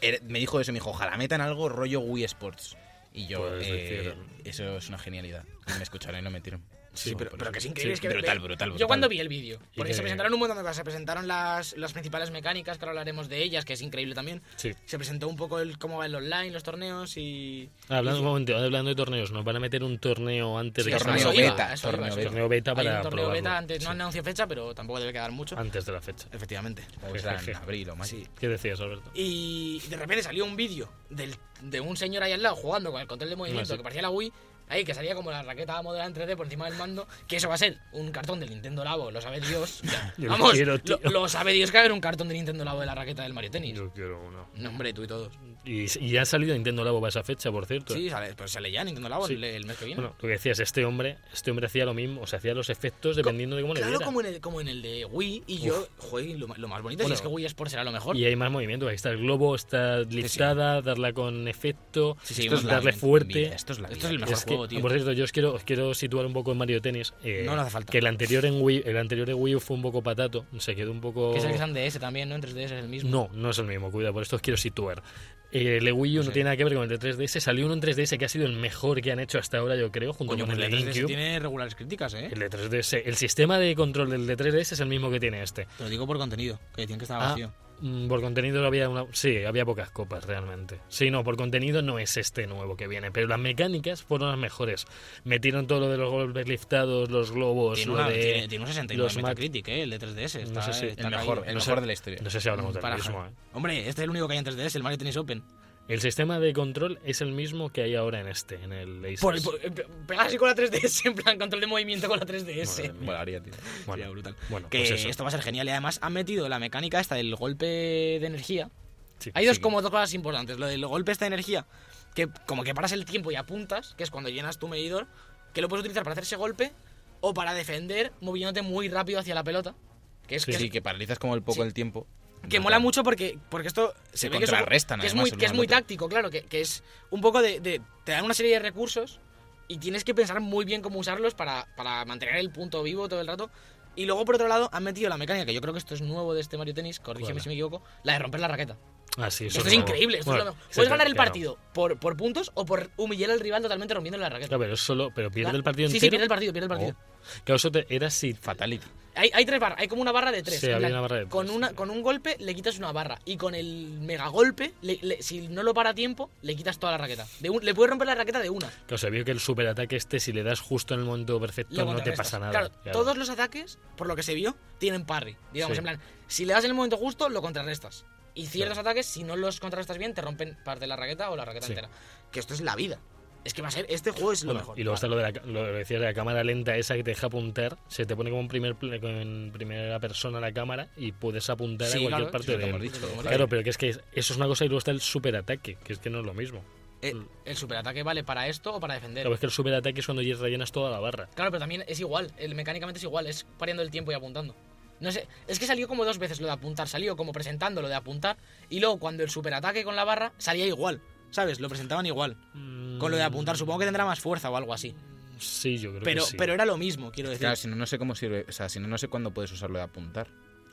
era- me dijo eso, me dijo, ojalá metan algo rollo Wii Sports. Y yo,
Pues lo
eh,
hicieron.
eso es una genialidad. Y me escucharon y no metieron.
Sí,
Eso, pues,
pero-
por
Pero
eso.
que es increíble.
Sí,
es que
brutal, brutal, brutal.
Yo cuando vi el vídeo,
Y
porque se
que-
presentaron un montón de cosas, se presentaron las, las principales mecánicas, que ahora hablaremos de ellas, que es increíble también.
Sí.
Se presentó un poco el cómo va el online, los torneos y...
Hablando, un momento, hablando de torneos, nos van a meter un torneo antes
Sí,
de que
torneo
salga el
beta,
juego.
eso iba,
torneo
eso
beta.
Torneo beta
Hay
para
un torneo
probarlo.
beta antes, no
Sí, Ah,
han anunciado fecha, pero tampoco debe quedar mucho.
antes de la fecha.
Efectivamente.
Supongo que será pues, en abril o mayo.
Sí.
¿Qué decías, Alberto?
Y de repente salió un vídeo del- de un señor ahí al lado jugando con el control de movimiento
Ah, sí.
que parecía la Wii. Ahí, que salía como la raqueta modelada en 3D por encima del mando. Que eso va a ser un cartón del Nintendo Labo, lo sabe Dios. O sea,
Yo lo
Vamos,
quiero,
lo,
tío.
lo sabe Dios que va a haber un cartón de Nintendo Labo de la raqueta del Mario Tennis.
Yo quiero uno.
No, hombre, tú y todos.
Y, y ya ha salido Nintendo Labo para esa fecha, por cierto.
Sí, sale, pero sale ya Nintendo Labo
Sí.
el, el mes que viene.
Bueno, lo que decías, este hombre, este hombre hacía lo mismo, o sea, hacía los efectos dependiendo de cómo le
claro,
diera.
como en, el, como en el de Wii. Y yo, joder, lo, ma- lo más bonito
Bueno.
si es que Wii Sports será lo mejor.
Y hay más movimientos, ahí está el globo, está listada, darla con efecto,
Sí, sí,
esto es
la
darle
vida,
fuerte.
esto es la
Esto
vida,
es el
tío.
mejor
Es que,
juego, tío.
Por cierto, yo os quiero, os quiero situar un poco en Mario Tennis. eh,
No, no hace falta.
Que el anterior en Wii, el anterior en Wii U fue un poco patato, se quedó un poco.
Que es el que está en DS también, ¿no? En 3DS es el mismo.
No, no es el mismo, cuidado, por esto os quiero situar. Eh, El de Wii U no, tiene nada que ver con el de 3DS. Salió uno en 3DS que ha sido el mejor que han hecho hasta ahora, yo creo, junto
Coño,
con
pues
el
la
de
3DS
GameCube.
tiene regulares críticas, ¿eh?
El de 3DS. El sistema de control del de 3DS es el mismo que tiene este.
Te lo digo por contenido, que tiene que estar
Ah,
vacío.
mm, por contenido había una. Sí, había pocas copas realmente. Sí, no, por contenido no es este nuevo que viene, pero las mecánicas fueron las mejores. Metieron todo lo de los golpes liftados, los globos,
Tiene,
Pues lo
una-
de.
tiene- tiene un 69
los
de
ma-
Metacritic, ¿eh? El de 3DS. Está,
No sé si-
está
El mejor,
caído.
el
No sé-
mejor de la historia.
No sé si hablamos del
Para-
mismo. ¿eh?
Hombre, este es el único que hay en 3DS, el Mario Tennis Open.
El sistema de control es el mismo que hay ahora en este, en el Aces.
Por, por- eh, pegas así con la 3DS, en plan control de movimiento con la 3DS.
Madre mía.
Volaría, tío.
Bueno,
Sería brutal.
bueno,
que
pues eso.
esto va a ser genial. Y además han metido la mecánica esta del golpe de energía.
Sí,
Hay dos
sí.
como dos cosas importantes. Lo del golpe esta de energía, que como que paras el tiempo y apuntas, que es cuando llenas tu medidor, que lo puedes utilizar para hacer ese golpe o para defender moviéndote muy rápido hacia la pelota. Que es
Sí,
que,
Sí, que paralizas como el poco
Sí.
el tiempo.
que mola mucho porque, porque esto
Se
ve que es un-
contrarrestan,
que es
además,
muy,
el
que es
uno al
muy
otro.
táctico, claro, que, que es un poco de, de- Te dan una serie de recursos y tienes que pensar muy bien cómo usarlos para, para mantener el punto vivo todo el rato. Y luego, por otro lado, han metido la mecánica, que yo creo que esto es nuevo de este Mario Tennis, corrígeme
¿Cuál?
si me equivoco, la de romper la raqueta.
Ah, sí, eso
Esto es
como-
increíble. Esto
Bueno,
es lo mejor. Puedes
exacto,
ganar el
claro.
partido por, por puntos o por humillar al rival totalmente rompiendo la raqueta.
Claro, pero, es solo, pero pierde el partido
Sí,
entero. Oh.
sí, pierde el partido, pierde el partido.
Claro, eso te- era si
Fatality.
Hay, hay tres barras, hay como una barra de tres.
Sí,
en
había
plan,
una barra de
Con,
tres.
una, con un golpe le quitas una barra y con el megagolpe, le- le- si no lo para a tiempo, le quitas toda la raqueta. De un- le puedes romper la raqueta de una.
Que, o sea, vio que el superataque este, si le das justo en el momento perfecto,
Luego
Pues no te
restas.
pasa nada.
Claro,
Claro.
todos los ataques, por lo que se vio, tienen parry. Digamos,
Sí.
en plan, si le das en el momento justo, lo contrarrestas. Y ciertos ataques, si no los contrarrestas bien, te rompen parte de la raqueta o la raqueta
Sí.
entera. Que esto es la vida. Es que va a ser, este juego es lo
Bueno,
mejor.
y luego está lo de la, lo que decías de la cámara lenta esa que te deja apuntar, se te pone como en, primer, pl- como en primera persona la cámara y puedes apuntar a
Sí,
cualquier
claro,
parte
eso es lo
del-
que hemos dicho,
Claro,
claro.
pero que es que eso es una cosa y luego está el superataque, que es que no es lo mismo.
Eh, el superataque vale para esto o para defender.
Claro, es que el superataque es cuando ya rellenas toda la barra.
Claro, pero también es igual, el, mecánicamente es igual, es pariendo el tiempo y apuntando. No sé, es que salió como dos veces lo de apuntar, salió como presentando lo de apuntar y luego cuando el superataque con la barra salía igual, ¿sabes? Lo presentaban igual. Con lo de apuntar supongo que tendrá más fuerza o algo así.
Mm, Sí, yo creo
Pero,
que sí.
pero era lo mismo, quiero decir.
Claro, si no, no sé cómo sirve. O sea, si no, no sé cuándo puedes usarlo de apuntar.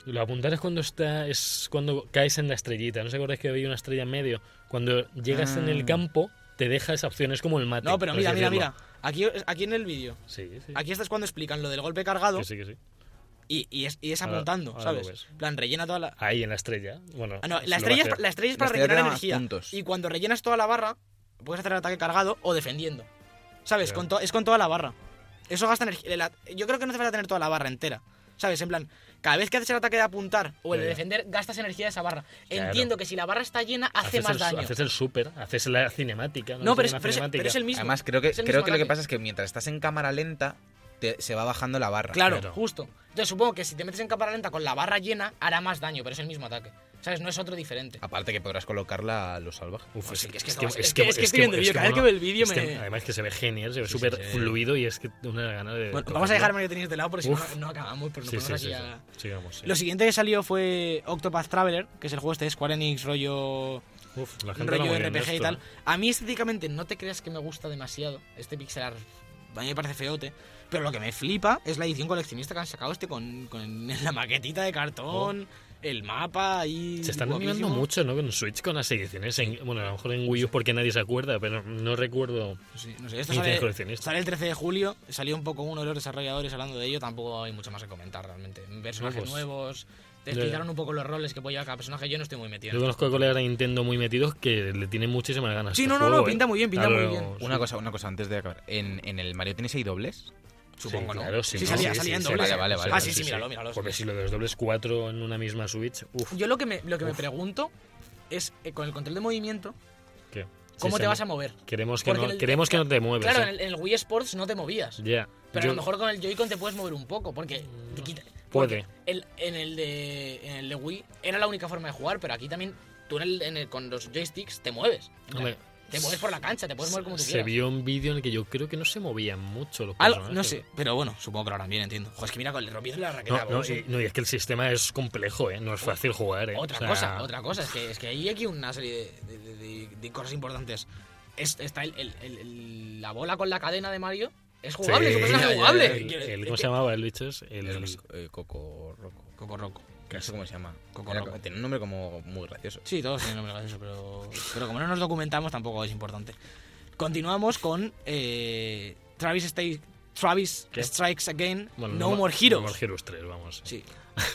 Lo de apuntar es cuando está es cuando caes en la estrellita. ¿No os acordáis que había una estrella en medio? Cuando llegas en el campo, te deja esa opción. Es como el mate.
Ah. no, pero
por
mira,
así
mira,
decirlo.
mira. Aquí, aquí en el vídeo,
Sí, sí.
aquí estás cuando explican lo del golpe cargado
Que sí, que sí.
y, y es, y es
Ahora-
apuntando,
ahora lo
¿sabes?
ves.
En plan, rellena toda la...
Ahí en la estrella. Bueno,
Ah, no,
eso
la
lo va
estrella,
a
es, pa-
hacer.
la estrella es
La
para
estrella
recuperar
da
energía.
puntos.
Y cuando rellenas toda la barra, puedes hacer el ataque cargado o defendiendo. ¿Sabes?
Ya.
Con to- es con toda la barra. Eso gasta energía. la- Yo creo que no hace falta tener toda la barra entera. ¿Sabes? En plan, cada vez que haces el ataque de apuntar o el
Ya,
de
ya.
defender, gastas energía de esa barra.
Claro.
Entiendo que si la barra está llena, hace
Haces
más
el,
daño.
Haces el super, haces la cinemática.
no, pero es,
Haces una
pero es-
cinemática.
pero es el mismo.
Además, creo que,
Es el
creo
mismo
que lo que
ataque.
pasa es que mientras estás en cámara lenta, te- se va bajando la barra.
Claro,
Claro.
justo. Entonces supongo que si te metes en cámara lenta con la barra llena, hará más daño, pero es el mismo ataque. ¿Sabes? No es otro diferente.
Ah,
Aparte que podrás colocarla a lo salvaje.
Uf,
Pues sí, que es que
mo-
estamos- es que- es que estoy viendo el vídeo, cada vez
mola.
que veo el vídeo
Es que,
me-
Además que se ve genial, se ve súper fluido y es que una gana de...
Bueno, vamos a dejar
tocarlo.
a tenéis de lado porque si
Uf.
no, no acabamos, pero no
Sí, sí,
podemos
sí,
aquí
sí.
a-
Sigamos, sí.
Lo siguiente que salió fue Octopath Traveler, que es el juego este de Square Enix, rollo,
Uf, la gente va
rollo
muy bien
RPG y
esto,
tal.
¿eh?
A mí estéticamente no te creas que me gusta demasiado este pixel art. A mí me parece feote. Pero lo que me flipa es la edición coleccionista que han sacado este con, con la maquetita de cartón, el mapa y...
Oh. Se están animando mucho, ¿no? Con Switch, con las ediciones. en- bueno, a lo mejor en Wii U porque nadie se acuerda, pero no recuerdo...
Pues no sé, esto
Edición
sale,
coleccionista.
sale el 13 de julio, salió un poco uno de los desarrolladores hablando de ello, tampoco hay mucho más que comentar realmente. Personajes
pues-
nuevos, te
Ya, ya.
explicaron un poco los roles que puede llevar cada personaje, yo no estoy muy metido.
Yo
en esto.
conozco a colegas de Nintendo muy metidos que le tienen muchísimas ganas. a
Sí,
este
no, no,
juego,
no,
¿eh?
pinta muy bien, pinta
Claro,
muy bien.
sí.
Una cosa, una cosa antes de acabar. ¿En, en el Mario tienes ahí dobles?
Supongo,
sí,
¿no?
Claro, sí,
Sí,
no,
salía- salía en dobles.
salía,
Vale, vale,
salía,
vale.
Ah, sí, sí, míralo, míralo, sí.
Porque si lo de los dobles 4 en una misma Switch, uff.
Yo lo que me, lo que me pregunto es, eh, con el control de movimiento,
¿qué?
¿cómo
Sí,
te
se
vas a
me-
mover?
Queremos que,
Porque
no,
en el-
queremos que no te mueves.
Claro,
¿eh?
en el, en el Wii Sports no te movías.
Ya.
Pero a
yo- Mm,
lo mejor con el Joy-Con te puedes mover un poco, porque... te quita-
Puede.
porque el- en, el de, en el de Wii era la única forma de jugar, pero aquí también tú en el- en el- con los joysticks te mueves.
Hombre,
Te mueves por la cancha, te puedes mover como tú
Se
quieras.
vio un vídeo en el que yo creo que no se movían mucho los
Algo-
personajes.
no sé, pero bueno, supongo que lo harán bien, entiendo. Joder, es que mira, con el rompido la
No,
raqueta.
no,
vamos,
y, no, y es que el sistema es complejo, ¿eh? No es fácil jugar, ¿eh?
Otra
O sea,
cosa, otra cosa, es que, es que hay aquí una serie de, de- de- de- de cosas importantes. Es- está el- el- el- el- la bola con la cadena de Mario. Es
sí,
jugable, es un personaje
ya, ya,
jugable. Eh,
el-
Quiero-
el-
es
¿Cómo
que-
se llamaba el bicho? ese? El,
El, eh, Coco Roco.
Cocorroco.
No sé cómo se llama.
Coco
Era
Roco.
como- Tiene un nombre como muy gracioso.
Sí, todos tienen nombre gracioso, pero, pero como no nos documentamos tampoco es importante. Continuamos con eh, Travis, Stay- Travis
¿Qué?
Strikes Again,
bueno,
no,
Ma-
More Heroes.
No More Heroes 3, vamos.
Sí.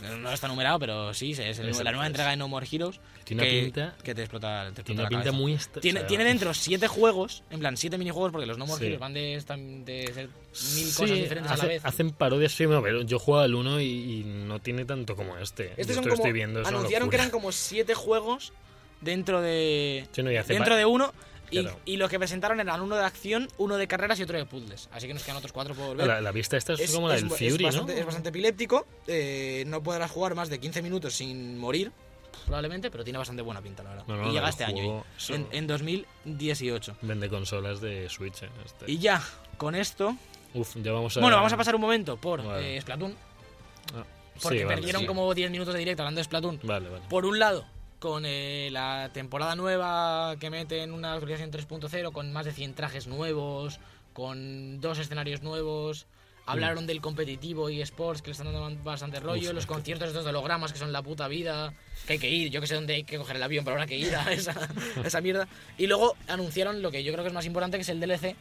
No, no está numerado, pero sí, es el-
Es el
la nueva
tres.
entrega de No More Heroes.
Tiene una
que,
pinta-
que te explota, te explota
Tiene una
la
pinta
cabeza.
muy... est- o
Tiene,
sea,
tiene dentro siete juegos, en plan siete minijuegos, porque los No More
Sí.
Heroes van de, esta- de ser mil
sí,
cosas diferentes a
hace-
la vez.
Hacen parodias, sí, bueno, pero yo juego al 1 y, y no tiene tanto como este. Yo
Estos
esto
son
lo
como,
estoy viendo, es una
anunciaron que
locura.
eran como siete juegos dentro de
Sí, no, y hace
dentro
pa-
de uno. Y,
Claro.
y los que presentaron eran uno de acción, uno de carreras y otro de puzzles. Así que nos quedan otros cuatro por ver.
La, la vista esta es, como la del
ba- es
Fury,
bastante,
¿no?
es bastante epiléptico. eh, no podrás jugar más de 15 minutos sin morir, probablemente, pero tiene bastante buena pinta, la verdad.
No, no,
y
no,
llega
el
este
juego
año,
es
¿eh? en,
un-
en 2018.
Vende consolas de Switch. eh, este.
Y ya, con esto.
Uf, ya vamos a...
bueno, vamos a pasar un momento por
Vale.
eh, Splatoon,
Ah,
porque
sí, vale,
perdieron
sí.
como pues, 10 minutos de directo hablando de Splatoon.
Vale, vale.
Por un lado, con eh, la temporada nueva que meten una actualización 3.0, con más de 100 trajes nuevos, con dos escenarios nuevos,
Mm.
Hablaron del competitivo y sports que le están dando bastante rollo, los conciertos estos de hologramas que son la puta vida, que hay que ir, yo que sé dónde hay que coger el avión, pero habrá que ir a esa, a esa mierda. Y luego anunciaron lo que yo creo que es más importante, que es el DLC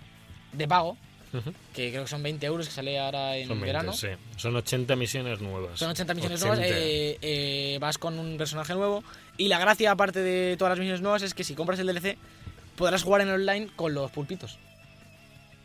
de pago,
Ujú.
que creo que son 20 euros que sale ahora en
Son 20,
verano.
sí. Son 80 misiones nuevas.
Son 80 misiones
80.
nuevas, eh, eh, vas con un personaje nuevo. Y la gracia, aparte de todas las misiones nuevas, es que si compras el DLC, podrás jugar en online con los pulpitos.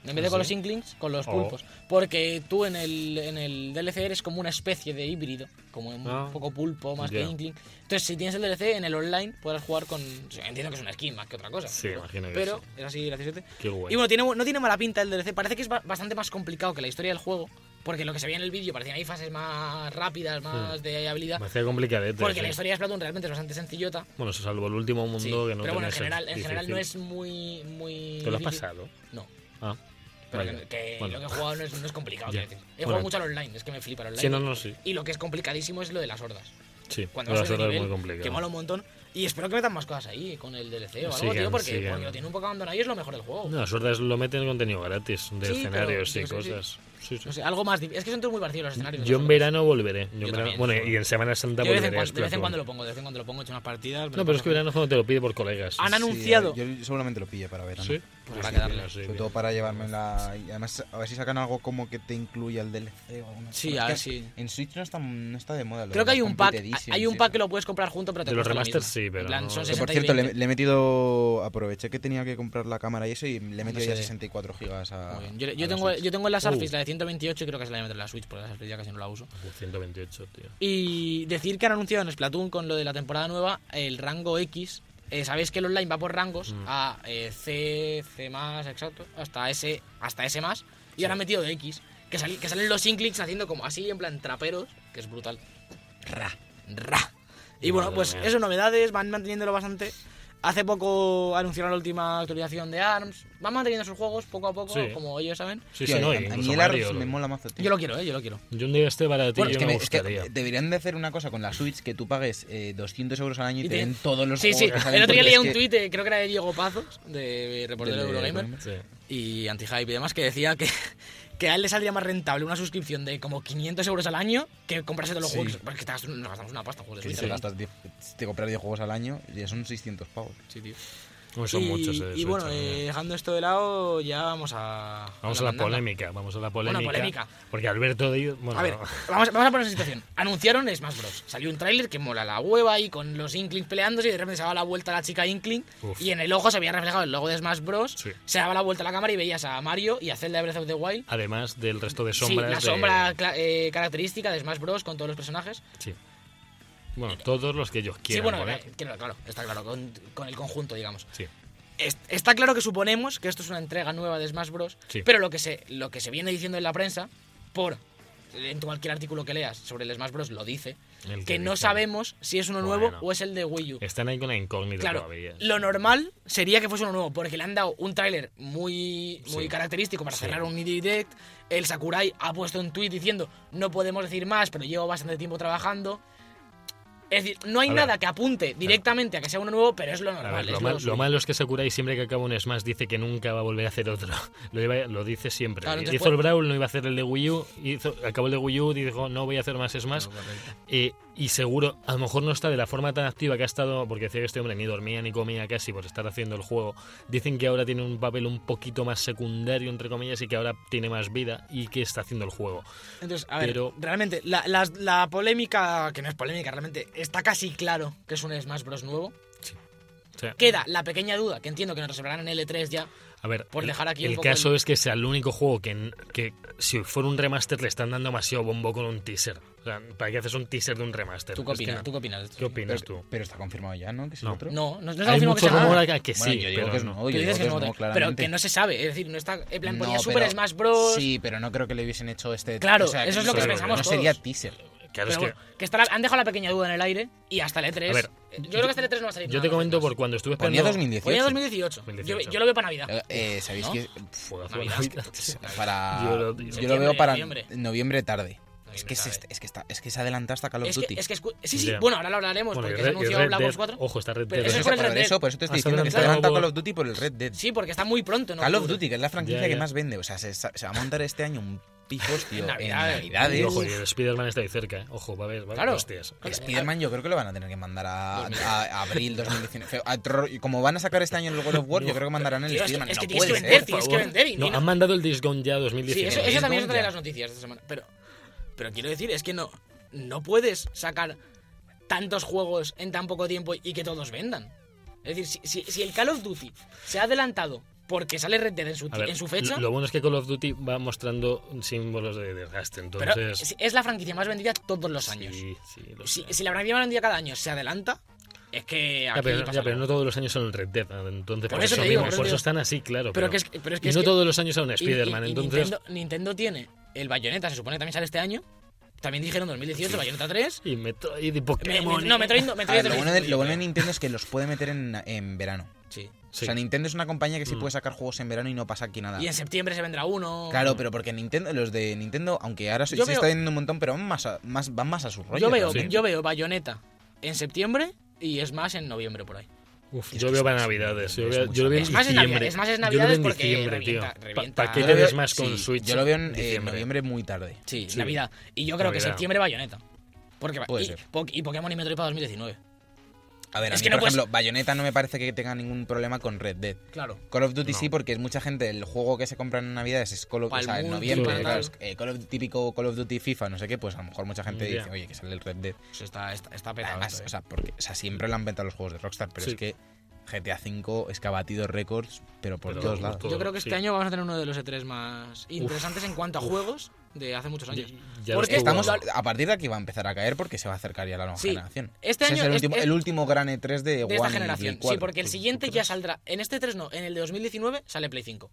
En vez de con los inklings, con los
¿Ah, Oh.
pulpos. Porque tú en el, en el DLC eres como una especie de híbrido, como un
Ah.
poco pulpo más
Ya.
que inkling. Entonces, si tienes el DLC en el online, podrás jugar con. o sea, Entiendo que es una skin más que otra cosa.
Sí, imagino que
Pero
sí.
es así, gracioso.
Qué guay.
Y bueno, tiene, no tiene mala pinta el DLC. Parece que es ba- bastante más complicado que la historia del juego. Porque lo que se veía en el vídeo parecían ahí fases más rápidas, más de habilidad.
Me hacía complicadete.
Porque
sí.
la historia de Splatoon realmente es bastante sencillota.
Bueno, se salvó el último mundo
sí.
que no
pero
tenía
bueno, en
ese
general, en general no es
difícil.
muy. muy
¿Te lo has
difícil.
pasado?
No.
Ah.
Pero
vaya.
que, que
Bueno.
lo que he jugado no es, no es complicado.
Ya.
quiero decir. He
Bueno.
jugado mucho al online, es que me flipa el online.
Sí, no, no, sí.
Y lo que es complicadísimo es lo de las hordas.
Sí,
Cuando
pero las
vas de
otras
nivel,
muy complicado.
que mola un montón. Y espero que metan más cosas ahí con el DLC o algo,
Sigan,
tío, porque,
sigan.
porque lo tiene un poco abandonado y es lo mejor del juego.
No, las hordas lo meten en contenido gratis, de
Sí, pero
escenarios y
yo sé, sí.
cosas. Sí, sí.
No sé, algo más difícil. Es que son todos muy parecidos los escenarios.
Yo
los
en
otros.
verano volveré. Yo en verano-
también,
bueno,
seguro.
y en Semana Santa
Yo de vez, en
volveré. a
cuando, de vez en
Splatoon.
cuando lo pongo, de vez en cuando lo pongo, he hecho unas partidas. me
No,
lo
pero es
paso
que
genial.
verano es cuando te lo pide por colegas.
Han
Sí,
anunciado.
Sí, yo seguramente lo pille para verano.
Sí.
Ah, Pues habrá que darle.
Sí,
Sobre
bien.
todo para llevarme la. Y además, a ver si sacan algo como que te incluya el DLC o alguna
Sí,
cosa.
a ver
Es que
si-
En Switch no está, no está de moda. lo
Creo
de
que hay
las
un pack.
Complete Editions
Hay un
y
pack
eso.
que lo puedes comprar junto, pero te
De los
cuesta lo
remasters
mismo.
sí, pero
En plan,
no-
son
Que
60
por
y
cierto, le,
20.
le he metido. Aproveché que tenía que comprar la cámara y eso y le he metido
sé.
ya 64 gigas a.
Muy bien. Yo,
a
yo
la
tengo,
Switch.
yo tengo en la Surface
Uh.
la de 128 y creo que se la voy a meter en la Switch, porque la Surface ya casi no la uso.
128, tío.
Y decir que han anunciado en Splatoon con lo de la temporada nueva el rango X. Eh, Sabéis que el online va por rangos
Mm.
a eh, C, C más, exacto, hasta S, hasta S más. Y ahora han metido de X. Que, sali- que salen los Inklings haciendo como así, en plan traperos, que es brutal. Ra, ra. Y bueno,
Madre
pues
mía.
eso, novedades, van manteniéndolo bastante. Hace poco anunciaron la última actualización de ARMS. Van manteniendo sus juegos poco a poco,
Sí.
como ellos saben.
Sí,
Tío,
sí, no,
a,
y
a
incluso
mí el
Mario.
Arms
lo-
me mola mazo, tío.
Yo lo quiero, eh, yo lo quiero.
Yo un día esté baratillo
Bueno, es que,
me
me- es que
gustaría.
deberían de hacer una cosa con la Switch que tú pagues eh, 200 euros al año y,
Y
te
te-
den todos los
Sí, sí,
juegos que salen
el otro día
porque
leía
es
un
que-
tuit, de- creo que era de Diego Pazos, de reportero de
Del-
Eurogamer,
Sí.
y anti-hype y demás, que decía que, que a él le saldría más rentable una suscripción de como 500 euros al año que comprarse todos los
Sí.
juegos. Porque te gastas- nos gastamos una pasta en juegos
Que
de
si
Switch.
te gastas 10 te compras 10 juegos al año y son 600 pavos.
Sí, tío.
Uy, son
y,
muchos. eh,
y
eso,
bueno,
chaval.
eh, dejando esto de lado, ya vamos a...
Vamos a la
mandanga.
polémica, vamos a la polémica.
polémica.
Porque Alberto Díaz. Bueno,
A ver, vamos, vamos a poner en situación. Anunciaron Smash Bros. Salió un tráiler que mola la hueva y con los Inklings peleándose y de repente se daba la vuelta a la chica Inkling
Uf.
y en el ojo se había reflejado el logo de Smash Bros.
Sí.
Se daba la vuelta a la cámara y veías a Mario y a Zelda de Breath of the Wild.
además del resto de
sí,
sombras.
la
de-
sombra cla- eh, característica de Smash Bros. con todos los personajes.
Sí. Bueno, todos los que ellos quieran
sí, bueno,
poner.
eh, claro, claro, está claro, con, con el conjunto, digamos.
Sí.
Es- Está claro que suponemos que esto es una entrega nueva de Smash Bros.
Sí.
Pero lo que, se, lo que se viene diciendo en la prensa, por en cualquier artículo que leas sobre el Smash Bros. lo dice,
El
que,
que
no
dice.
sabemos si es uno nuevo
Bueno.
o es el de Wii U.
Están ahí con la incógnita
Claro,
todavía.
lo normal sería que fuese uno nuevo, porque le han dado un tráiler muy, muy
Sí.
característico para
Sí.
cerrar un direct. El Sakurai ha puesto un tuit diciendo no podemos decir más, pero llevo bastante tiempo trabajando. Es decir, no hay
A ver.
nada que apunte directamente a que sea uno nuevo, pero es lo
A ver,
normal.
lo,
es
mal-
lo
lo
suyo.
malo es que Sakurai siempre que acaba un Smash dice que nunca va a volver a hacer otro. Lo, iba- lo dice siempre.
Claro, entonces
hizo el Brawl, no iba a hacer el de Wii U. Hizo, acabó el de Wii U, dijo no voy a hacer más Smash. Eh, y seguro, a lo mejor no está de la forma tan activa que ha estado, porque decía que este hombre ni dormía ni comía casi por estar haciendo el juego. Dicen que ahora tiene un papel un poquito más secundario, entre comillas, y que ahora tiene más vida y que está haciendo el juego.
Entonces, a ver,
Pero-
realmente, la, las- la polémica, que no es polémica, realmente está casi claro que es un Smash Bros. nuevo.
O sea,
Queda la pequeña duda, que entiendo que nos resolverán en L3 ya.
A ver,
Por
el-
dejar aquí
el
un poco
caso
el-
es que sea el único juego que, n- que si fuera un remaster le están dando demasiado bombo con un teaser. O sea, ¿para qué haces un teaser de un remaster?
¿Tú qué
Es que
opinas?
no.
¿Tú qué opinas de esto?
¿Qué opinas
Pero,
tú?
pero está confirmado ya, ¿no? Que es el
No.
otro.
No, no, no está
Hay
confirmado que
mucho
sea
rumor
nada.
a que
Bueno,
sí,
yo digo
pero
que es
no.
nuevo, yo
Que
digo
dices que
que
no,
es nuevo,
pero
claramente.
que no se sabe. Es decir, no está. En plan,
No,
ponía Super
pero-
Smash Bros.
Sí, pero no creo que le hubiesen hecho este.
Claro,
o sea,
eso es
lo que
no-
pensamos
No
todos.
sería teaser.
Claro,
pero
es que...
bueno, que estará- han dejado la pequeña duda en el aire y hasta el E3.
A ver,
yo, creo que hasta el E3 no va a salir.
Yo
nada
te
más
comento
de
por
Smash.
cuando estuve
Ponía
esperando...
2018.
Ponía 2018. Yo,
2018.
yo lo veo para Navidad.
Eh, eh, ¿Sabéis
¿No?
que
Fue hace
Navidad.
unas-
para
Yo lo-
yo lo
septiembre,
veo para
noviembre.
noviembre tarde?
Es
que, se
este,
est- es, que está, es que se adelanta hasta Call of
es
Duty.
que, es que escu- sí, sí,
Ya.
bueno, ahora lo hablaremos
Bueno, y
porque
Red-
se
y
anunció
Red
Black
Dead-
Ops 4.
Ojo, está Red
Pero
Dead.
eso es por el
por
Red Dead.
eso, por eso te estoy
Ah, se
diciendo que se
adelantaba
adelanta
por-
Call of Duty por el Red Dead.
Sí, porque está muy pronto, ¿no?
Call of
Octubre.
Duty, que es la franquicia
Ya, ya.
que más vende. O sea, se, se va a montar este año un pifos, tío, en
Navidades.
Y
Navidades.
ojo, y el Spider-Man está ahí cerca, ¿eh? Ojo, va a ver, va a haber
Claro.
hostias.
Spider-Man yo creo que lo van a tener que mandar a, a- a abril 2019. Feo- a tro- y como van a sacar este año el God of War, yo creo que mandarán el
Tío, es que-
Spider-Man.
es que
no
tienes que
puede
vender, tío.
ser.
Tienes que
Por favor.
vender y
no,
mira-
han mandado el Days Gone ya
Sí,
2019.
eso,
Days
eso también es
Gone
otra de
ya.
las noticias de esta semana. Pero, pero quiero decir, es que no, no puedes sacar tantos juegos en tan poco tiempo y que todos vendan. Es decir, si, si- si el Call of Duty se ha adelantado porque sale Red Dead en su,
A ver,
en su fecha,
Lo, lo bueno es que Call of Duty va mostrando símbolos de desgaste,
pero
entonces.
es- es la franquicia más vendida todos los años.
Sí, sí, lo
Si,
sé.
si la franquicia más vendida cada año se adelanta, es que
Ya,
aquí
pero,
pasa
ya, pero
algo.
no todos los años son el Red Dead, entonces
Por
por,
eso
eso,
te digo,
mismo,
por eso
por
te digo.
eso están así, claro.
Pero que es que- pero es que
y
es
no
que-
todos los años son
Y- y-
Spider-Man,
y
entonces.
Nintendo, Nintendo tiene el Bayonetta, se supone que también sale este año. También dijeron 2018, Bayonetta 3.
Y Metroid y
Me- me-
Pokémon.
no, Metroid, no-
A
Metroid
ver, Ah, lo,
también
bueno de,
es
lo
muy-
bueno de Nintendo es que los puede meter en, en verano.
Sí.
Sí.
O sea, Nintendo es una compañía que sí
Mm.
puede sacar juegos en verano y no pasa aquí nada.
Y en septiembre se vendrá uno.
Claro, pero porque Nintendo, los de Nintendo, aunque ahora se,
Yo
se
veo-
está vendiendo un montón, pero van más a, más, van más a su rollo.
yo veo,
realmente.
yo veo Bayonetta en septiembre y Smash en noviembre por ahí.
Uf, yo veo para Navidades. Yo, veo, yo lo veo en
Es más en Navidad-
diciembre.
es más en
Yo lo veo
Navidades
en
porque
diciembre,
revienta-
tío.
revienta-
¿Para qué
Yo
lo
quieres
veo-
más con
sí,
Switch?
Yo lo veo en eh,
Diciembre.
noviembre muy tarde.
Sí,
Sí.
Navidad. Y yo creo que
Navidad.
septiembre Bayonetta. Porque va-
Puede
y,
ser.
po- y Pokémon y Metroid para 2019.
A ver, a
Es
mí,
que no
por
puedes-
ejemplo, Bayonetta no me parece que tenga ningún problema con Red Dead.
Claro.
Call of Duty
No.
sí, porque es mucha gente, el juego que se compra en Navidades es Call of, o
Pa'l
sea, en
mundo,
noviembre,
sí.
claro, es, eh, Call of- típico Call of Duty FIFA, no sé qué, pues a lo mejor mucha gente
Ya.
dice, oye, que sale el Red Dead.
Pues está, está, está petado.
Además,
esto,
o
eh.
sea, porque, o sea, siempre lo han inventado los juegos de Rockstar, pero
Sí.
es que GTA V es que ha batido récords, pero por
Pero
todos
por
lados.
todo,
yo creo que este
sí.
año vamos a tener uno de los E3 más interesantes en cuanto a juegos de hace muchos
Ya-
años.
ya
Porque
estuvo-
Estamos, a partir de aquí va a empezar a caer porque se va a acercar ya la nueva
Sí.
generación.
Este
Ese
año
es el
es-
último,
es-
el último gran E3 de,
De
One
esta
y
generación.
Play
Sí,
4.
porque el siguiente ya saldrá. En este 3 no, en el de 2019 sale Play 5.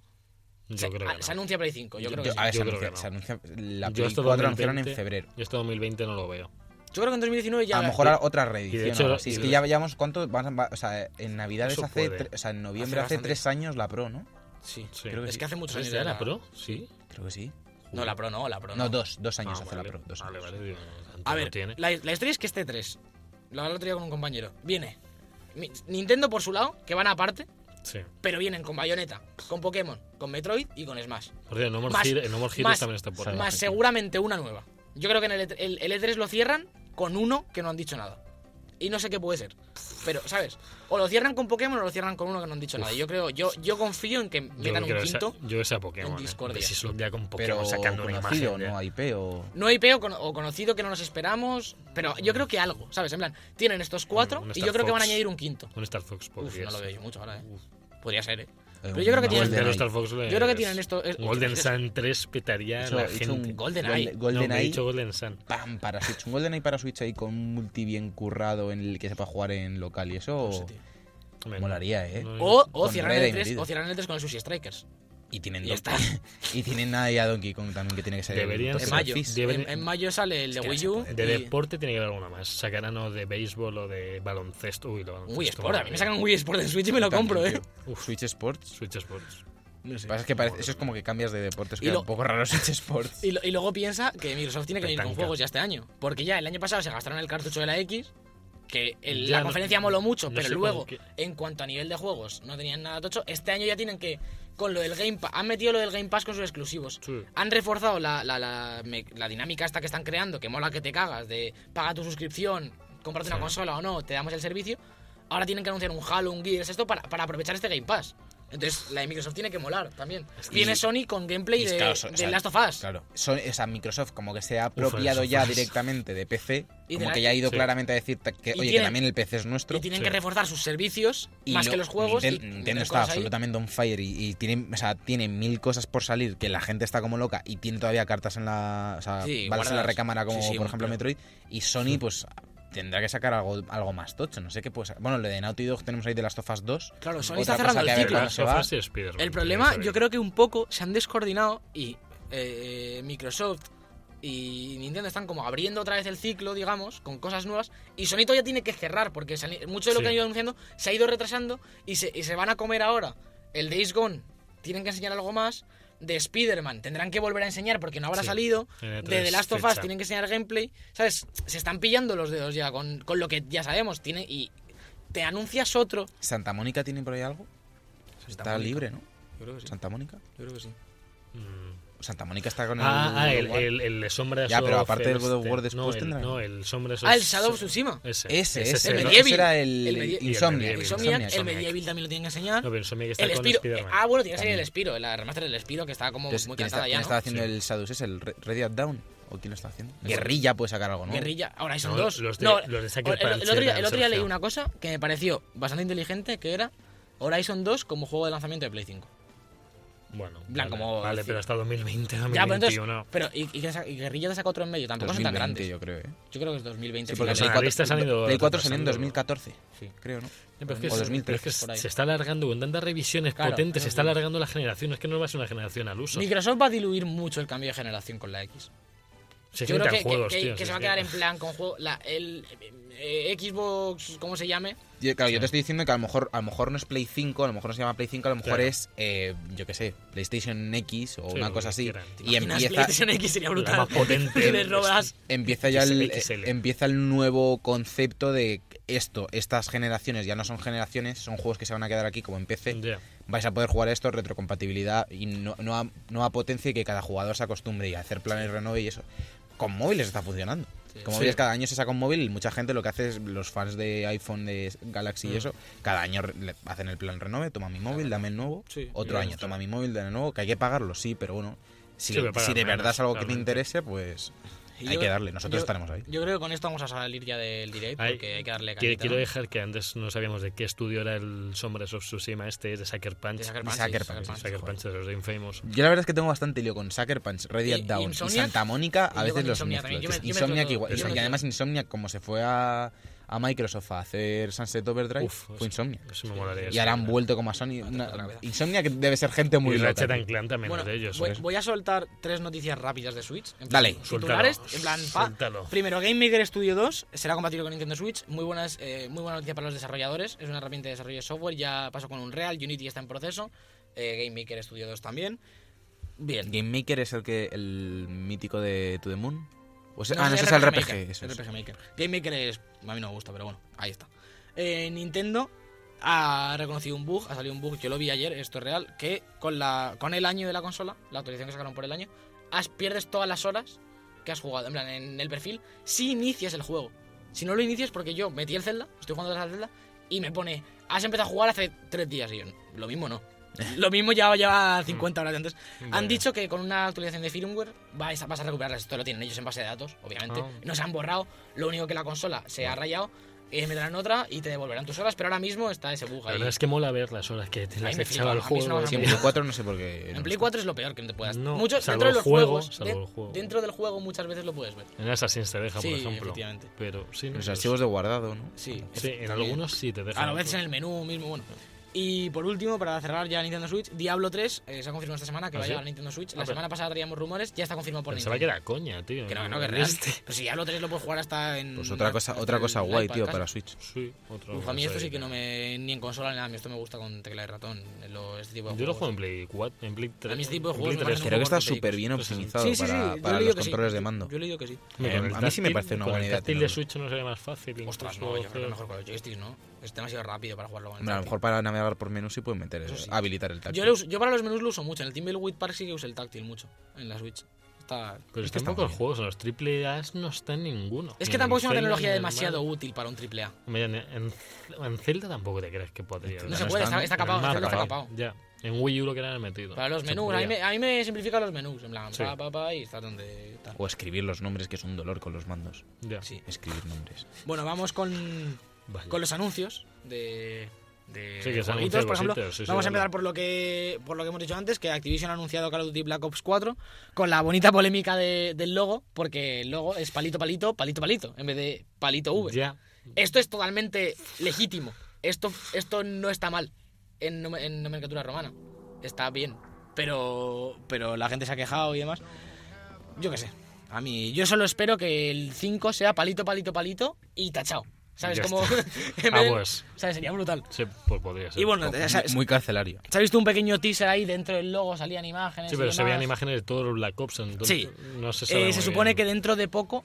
Yo
Se,
creo que
ah,
no.
se anuncia Play 5, yo creo que
Yo-
sí.
a ver,
Yo
se
creo que
anuncia, se anuncia- la
Yo
Play
esto
4 la anunciaron en
2020
febrero.
Yo este 2020 no lo veo.
Yo creo que en 2019 ya.
a lo mejor a- otra reedición.
hecho-
o algo así.
y
es
de-
que ya llevamos cuánto. van a- o sea, en Navidades
Eso
hace.
puede.
tre- o sea, en noviembre
Hace
hace,
bastante.
tres años la Pro, ¿no?
Sí.
Sí.
Creo que
Es
sí.
que hace muchos
¿Es
años.
de
ya
la
era-
Pro? Sí.
Creo que sí.
No, la Pro no, la Pro no.
No, dos, dos años
Ah,
hace
vale.
la Pro. Dos
Vale,
años.
vale, digo, tanto
A
no
ver,
tiene.
la, la historia es que este 3, lo hablaba el otro día con un compañero, viene Mi- Nintendo por su lado, que van aparte,
Sí.
pero vienen con Bayonetta, con Pokémon, con Metroid y con Smash.
Por cierto, No More
Más-
Heroes- No More Heroes
más-
también está por ahí.
Más seguramente una nueva. Yo creo que en el, E3 el- el E3 lo cierran con uno que no han dicho nada. Y no sé qué puede ser. Pero, ¿sabes? O lo cierran con Pokémon o lo cierran con uno que no han dicho nada. Yo creo, yo, yo confío en que
Yo
metan un
creo esa-
quinto.
yo esa Pokémon. eh.
Discordia.
Que si solo ya con Pokémon
Pero
sacando una
conocido,
imagen. ¿eh? ya.
¿no? IP o.
No IP o, cono- o conocido que no nos esperamos. Pero yo creo que algo, ¿sabes? En plan, tienen estos cuatro
Un
y
Star
yo creo que van a
Fox.
añadir un quinto.
Un Star Fox
Uf,
podría
no lo
ser.
veo yo mucho ahora, ¿eh?
Uf.
Pero yo creo que
un
creo que
Golden
tiene-
Eye.
GoldenEye.
Star Fox le-
Yo creo que tienen esto- es-
Golden
es-
Sun 3 petaría a
Hizo-
la
hizo
gente.
un
no, me
GoldenEye.
Golden-
he
GoldenEye,
dicho Golden Sun.
pam, para Switch. Un GoldenEye para Switch ahí con un multi bien currado en el que se pueda jugar en local y eso.
Hombre,
Molaría, ¿eh?
no,
O,
no.
o
Con
cierran
Red
el 3,
Embedded.
o cierran el 3 con el Sushi Strikers.
Y tienen
Y
do-
está.
Y tienen nada ya Donkey Kong también que tiene que ser. el
Deberían
Tokyo
En mayo.
Fish.
Deben-
En, en mayo sale el de
que no
Wii
se
U.
puede.
de
y-
deporte tiene que haber alguna más. Sacarán o de béisbol o de baloncesto. Uy, lo
un
baloncesto.
Wii Sport. A mí
madre
me
mía.
sacan Wii Sport de Switch y me lo
También,
compro, ¿eh?
tío. Switch Sports.
Switch Sports.
Lo que pasa es que parece- eso es como que cambias de deportes.
Y
Queda
lo-
un poco raro Switch Sports.
Y, lo- y luego piensa que Microsoft tiene que venir con
Petanca.
juegos ya este año. Porque ya el año pasado se gastaron el cartucho de la X. Que el-
Ya
la
no-
conferencia moló mucho,
no
pero
sé
luego,
con qué-
en cuanto a nivel de juegos, no tenían nada tocho. Este año ya tienen que, con lo del Game Pass, han metido lo del Game Pass con sus exclusivos.
Sí.
Han reforzado la, la- la me- la dinámica esta que están creando, que mola que te cagas, de paga tu suscripción, cómprate una consola o no, te damos el servicio. Ahora tienen que anunciar un Halo, un Gears, esto para, para aprovechar este Game Pass. Entonces, la de Microsoft tiene que molar también. Tiene Sony con gameplay
Y es
de,
claro, so-
de
o sea,
Last of Us.
Claro. Son, o sea, Microsoft como que se ha apropiado
Last
ya
of Us.
directamente de PC.
Y de
Como
la-
que ya ha ido
sí.
claramente a decir ta-
Y
que, oye, que
tienen-
también el PC es nuestro.
Y tienen
Sí.
que reforzar sus servicios
Y
más
no-
que los juegos. y
Ninten- Nintendo,
meter
está
cosas ahí.
absolutamente on fire y, y tiene, o sea, tiene mil cosas por salir que la gente está como loca y tiene todavía cartas en la, o sea,
Sí,
balas en la
guardadas.
recámara como
Sí, sí,
por
un
ejemplo
plan.
Metroid y Sony pues tendrá que sacar algo, algo más tocho, no sé qué pues bueno, lo de Naughty Dog tenemos ahí de las Tofas 2.
Claro, Sony
Otra
está
cosa
cerrando
que
el
a ver
ciclo.
cuándo
Last
se
of
va.
Us y Spider-Man.
El problema,
Tiene
yo creo que un poco se han descoordinado y eh, Microsoft y Nintendo están como abriendo otra vez el ciclo, digamos, con cosas nuevas. Y Sony todavía tiene que cerrar porque se han- mucho de lo
Sí.
que han ido anunciando se ha ido retrasando y se, y se van a comer ahora el Days Gone. Tienen que enseñar algo más. de Spider-Man tendrán que volver a enseññar porque no habrá
Sí.
salido.
En
De
E3
The Last of Us
fecha.
tienen que enseñar gameplay. ¿Sabes? Se están pillando los dedos ya con, con lo que ya sabemos. Tiene, y te anuncias otro.
¿Santa Mónica tiene por ahí algo? Está
Mónica.
libre, ¿no?
Yo creo que sí.
¿Santa Mónica?
Yo creo que sí.
Mm.
Santa Mónica está con el.
Ah, ah,
God
el,
of War.
el, el Sombras
Ya, pero
of
aparte del God of
este-
War después
no, el,
tendrá-
No, el Sombras
Ah, el Shadow of Tsushima.
Ese,
Ese, ese,
ese,
el
¿no?
¿no?
medieval.
Ese era el,
El medieval.
Insomnia.
El
Insomniac, el
Insomniac.
Medieval también lo tienen que enseñar.
No, pero Insomnia que está
El
con
Spiro.
Spider-Man.
ah, bueno, tiene que salir el
También.
Spiro, la remaster del Spiro, que está como
Entonces,
muy
¿quién, está,
cansada ya,
quién
¿no?
estaba haciendo
Sí.
el Shadows? ¿Es el Re- Red Dead Down? ¿O quién lo está haciendo? Guerrilla puede sacar algo, ¿no?
Guerrilla. Ahora son
No,
dos.
los de- los de Sucker
el- el,
Punch
otro día,
eran
el otro día leí
Sergio.
una cosa que me pareció bastante inteligente, que era Horizon 2 como juego de lanzamiento de Play 5.
Ah, Bueno,
plan,
vale,
como
vale,
decir-
pero hasta 2020,
Ya, pero
2021.
entonces, pero y, y que sa- y Guerrilla te saca otro en medio, tampoco son tan grandes.
2020, yo creo, ¿eh?
Yo creo que es 2020.
Sí, porque
los
Play
finales.
analistas
4
han ido
Play 4 salió en
retrasando.
2014,
Sí.
creo, ¿no?
Pero es que
o
es-
Pero es
2013.
que
por ahí.
se está alargando con tantas revisiones
Claro,
potentes, se
es
está
verdad.
alargando la generación. Es que no va a ser una generación al uso.
Microsoft va a diluir mucho el cambio de generación con la X.
Se
Yo creo
sientan
que, que-
juegos,
que-
tío, si
que se
es
va a quedar en plan con juego. La, el eh, eh, Xbox, ¿cómo se llame?
Yo- claro, yo te estoy diciendo que a lo mejor a lo mejor no es Play 5, a lo mejor no se llama Play 5, a lo mejor
Claro.
es, eh, yo qué sé, PlayStation X o
Sí, lo
una
que
cosa así.
quieran. ¿Te
Y
Imaginas
empieza,
PlayStation X sería
lo
brutal.
más potente.
Le robas.
empieza ya el,
XL.
eh, empieza el nuevo concepto de esto, estas generaciones ya no son generaciones, son juegos que se van a quedar aquí como en PC.
Ya.
Vais a poder jugar a esto, retrocompatibilidad y no, no a, no a potencia y que cada jugador se acostumbre y a hacer planes renove y eso. Con móviles está funcionando. Como
Sí.
veis, cada año se saca un móvil y mucha gente lo que hace es, los fans de iPhone, de
Mm.
Galaxy y eso, cada año re- le hacen el plan renove, toma mi móvil, dame el nuevo,
Sí,
otro año, toma mi móvil, dame el nuevo, que hay que pagarlo, sí, pero bueno, si,
Sí, pero pagas
si de
menos,
verdad es algo que te
realmente.
interese, pues
Y
hay
yo-
que darle, nosotros
yo-
estaremos ahí.
Yo creo que con esto vamos a salir ya del direct
Ay,
porque hay que darle
qui-
cañita,
Quiero
¿no?
dejar que antes no sabíamos de qué estudio era el Sombras of Tsushima. Este es de Sucker Punch.
De Sucker
y
Punch, sí,
Sucker
Sucker
Punch,
Punch.
Sucker Punch de los de Infamous.
Yo la verdad es que tengo bastante lío con Sucker Punch, Red
Y-
Dead
y
Down y,
Insomniac.
Santa Mónica,
Y yo
a veces
con
los
Insomniac
mezclo.
también, yo me- yo mezclo
Insomniac
todo,
igual,
yo
Insomniac,
mezclo
además
todo.
Insomniac como se fue a, a Microsoft a hacer Sunset Overdrive,
Uf,
fue Insomniac.
Eso me molaría.
Y ahora han
sí.
vuelto como a Sony.
Ah,
una-
toda la vida.
Insomniac debe ser gente muy
Y
loca,
Ratchet
tío.
and Clank también
Bueno,
es de ellos.
voy,
¿sabes?
voy a soltar tres noticias rápidas de Switch. en plan,
Dale.
Titulares,
Suéltalo,
en plan, pa.
suéltalo.
Primero, Game Maker Studio 2 será compatible con Nintendo Switch. Muy, buenas, eh, muy buena noticia para los desarrolladores. Es una herramienta de desarrollo de software. Ya pasó con Unreal, Unity está en proceso. eh, Game Maker Studio 2 también. Bien.
Game Maker es el que el mítico de To the Moon. O sea-
No,
ah, no,
es
ese es el RPG.
Maker,
eso es.
RPG Maker. Game Maker es. A mí no me gusta, pero bueno, ahí está. Eh, Nintendo ha reconocido un bug, ha salido un bug, yo lo vi ayer, esto es real, que con, la, con el año de la consola, la actualización que sacaron por el año, has, pierdes todas las horas que has jugado, en plan, en el perfil, si inicias el juego. Si no lo inicias, porque yo metí el Zelda, estoy jugando al Zelda, y me pone, has empezado a jugar hace tres días, y yo, lo mismo no. Lo mismo ya lleva 50 horas de antes. Han dicho que con una actualización de firmware vais a- vas a recuperarlas. Esto lo tienen ellos en base de datos, obviamente.
Ah.
No se han borrado. Lo único que la consola se ha rayado es meterán otra y te devolverán tus horas. Pero ahora mismo está ese bug
La
ahí.
verdad es que mola ver las horas que te
Ay,
las
me
echaba al
flipa, a mí es una
juego.
cosa
Sí, en
tío.
Play 4 no sé por qué. no
En Play
sé.
4 es lo peor que te puedas.
No,
Muchos,
salvo
dentro de los
el juego,
juegos.
salvo
de-
el juego.
Dentro del juego muchas veces lo puedes ver.
En Assassin's te deja,
Sí,
por ejemplo.
efectivamente.
Pero sí, no,
Los
pues-
archivos de guardado, ¿no?
Sí,
Sí, en
también.
algunos sí te deja.
A veces en el menú mismo, bueno. Y por último, para cerrar ya Nintendo Switch, Diablo 3 eh, se ha confirmado esta semana que
¿Ah,
va a
sí?
llegar a Nintendo Switch. La
pues.
Ah, pero-
semana pasada traíamos rumores, ya está confirmado por
Pensaba que
Nintendo.
era coña, tío. este.
Que no, que no, que es real. Pero si Diablo 3 lo puedes jugar hasta en.
Pues otra cosa, otra cosa guay, tío, para Switch.
Sí, otro.
Uf, a mí
más
esto sí
ahí.
que no me. Ni en consola ni nada, a mí esto me gusta con tecla y ratón. lo- este tipo de
Yo lo
juegos.
juego en Play 4, en Play 3.
A mí este tipo de
en
juegos
Play
me
3.
parecen
Creo que está
Pues sí.
súper bien optimizado
Sí, sí, sí.
para,
yo
para
he leído
los
que sí.
controles de
Yo-
mando.
Yo he leído que sí.
Hombre,
Eh,
con el
a mí sí me
táctil-
parece una
con
buena idea
El táctil de
tenerlo.
Switch no sería más fácil.
Ostras, no,
incluso
yo creo que
hacer-
mejor con los joysticks, ¿no? Es demasiado rápido para jugarlo con el
Hombre, a lo
táctil.
mejor para navegar por menús sí pueden meter,
sí.
habilitar el
Yo,
táctil.
lo uso- yo para los menús lo uso mucho. En el Timbleweed Park sí que uso el táctil mucho. En la Switch. Está.
Pero
Es
están
que está muy
pocos
bien.
juegos, en los triple A no está en ninguno.
Es
Ni
que
en
tampoco es una
Zelda,
tecnología
ni en
demasiado
Mario.
útil para un AAA.
Mira, En, en, en Zelda tampoco te crees que podría.
No
¿verdad?
se
no
puede,
está,
está, está
En el
capado.
mapa,
Zelda está
¿eh?
capado.
Ya. En Wii U lo que eran metido.
Para los
Se
menús, a mí,
podría.
me, a mí me simplifica los menús. En plan,
Sí.
pa, pa, pa, y está donde. Está.
O escribir los nombres, que es un dolor con los mandos.
Ya.
Sí.
Escribir nombres.
Bueno, vamos con,
Vale.
con los anuncios de. de
Sí, que se
jueguitos,
anuncian
por ejemplo,
cositas, sí, sí,
vamos
vale.
a empezar por lo que por lo que hemos dicho antes, que Activision ha anunciado Call of Duty Black Ops 4 con la bonita polémica de- del logo, porque el logo es palito palito palito palito en vez de palito V.
Ya.
Esto es totalmente legítimo. Esto esto no está mal en, nom- en nomenclatura romana. Está bien, pero pero la gente se ha quejado y demás. Yo qué sé. A mí yo solo espero que el 5 sea palito palito palito y tachao. ¿Sabes?
Ya
Como. en vez de-
Vamos.
¿Sabes? Sería brutal.
Sí, pues podría ser.
Y bueno, ¿sabes?
Muy carcelario.
¿Se ha visto un pequeño teaser ahí dentro del logo? Salían imágenes.
Sí,
y
pero se
demás.
veían imágenes de todos los Black Ops, entonces
Sí.
no se
Eh,
sabe. muy
se supone que
bien.
dentro de poco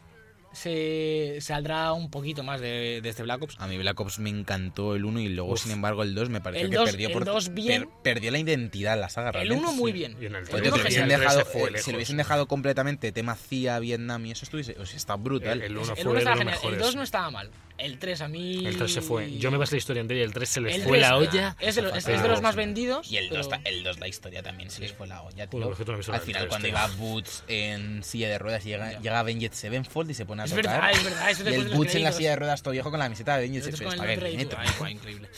se saldrá un poquito más de, de este Black Ops.
Ah,
A mí Black Ops me encantó el 1 y luego,
Uf.
sin embargo, el 2 me pareció
El
que
dos-
perdió
el
por
dos bien.
perdió la identidad la saga.
El
realmente.
1 muy
Sí.
bien.
Y en el
El
Pues yo
uno
creo que si,
genial.
han
el tres
dejado,
se fue
eh, si
lejos.
lo hubiesen dejado completamente tema CIA, Vietnam y eso estuviese, o sea, está brutal.
El- el uno
El
fue
uno
de
estaba
los
genial, El
mejores.
2 no estaba mal. El 3 a mí.
El 3 se fue. Yo me pasé la historia entera y el 3 se les
El
fue la
tres,
olla.
Es de, los, es-
fatal.
es de los más vendidos.
Y el 2,
pero-
el dos, la historia también se les fue la olla, tío.
Bueno, pues yo no he visto
Al
el
final,
tres,
cuando
tío.
iba Boots en silla de ruedas, y llega, llega Avenged Sevenfold y se pone a
Es
tocar.
verdad, es verdad, eso después
y el
de los
Boots en la
créditos.
silla de ruedas, todo viejo con la camiseta de Avenged
Nosotros
Sevenfold.
con
Está
el
bien,
Notre
neto.
Dame, ay, guau, increíble.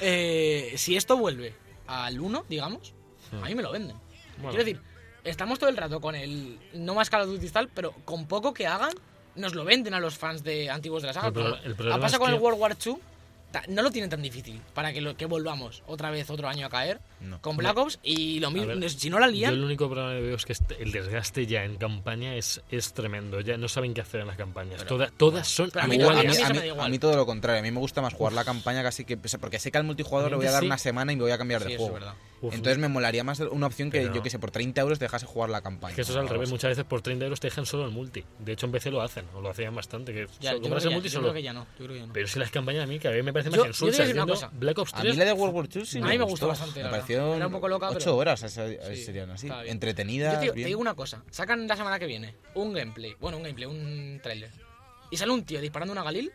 Eh, si esto vuelve al 1, digamos, a mí me lo venden.
Bueno.
Quiero decir, estamos todo el rato con el no más Call of Duty y tal, pero con poco que hagan, nos lo venden a los fans de antiguos de la saga.
El pro-
como
el problema
ha pasado
es
con el
que-
World War II. ta- No lo tienen tan difícil para que, lo, que volvamos otra vez otro año a caer
No.
con Black Ops y lo mismo.
ver,
si no la
Yo el
lían,
único problema que veo es que este- el desgaste ya en campaña es, es tremendo. Ya no saben qué hacer en las campañas. Todas- todas son
pero a mí no-
iguales.
a mí eso
a,
me
mí-
da igual.
a mí todo lo contrario. A mí me gusta más jugar la campaña casi que. o sea, Porque sé que al multijugador le voy a dar
Sí.
una semana y me voy a cambiar
Sí,
de
eso es
juego.
verdad.
Uf.
Entonces me molaría más una opción que,
Pero-
yo que sé, por 30 euros dejase jugar la campaña.
Es que esto es al
Algo
revés,
así.
muchas veces por 30 euros te dejan solo el multi. De hecho, en PC lo hacen, o lo hacían bastante. Que
ya,
solo
yo, creo
compras
que
el
ya,
multi
yo
solo.
creo que ya no. Yo creo que ya no.
Pero si las campañas a mí, que a mí me parecen más
Yo- yo te voy a
insulsas.
decir una
viendo
cosa.
Black Ops
A
3.
mí la de World War II sí
A mí me gustó bastante, la
Me
verdad.
pareció
Era un poco loca,
8
pero-
horas, esa- esa-
Sí,
serían así.
está bien.
Entretenidas.
Yo te digo, te
bien.
digo una cosa, sacan la semana que viene un gameplay, bueno, un gameplay, un trailer, y sale un tío disparando una Galil,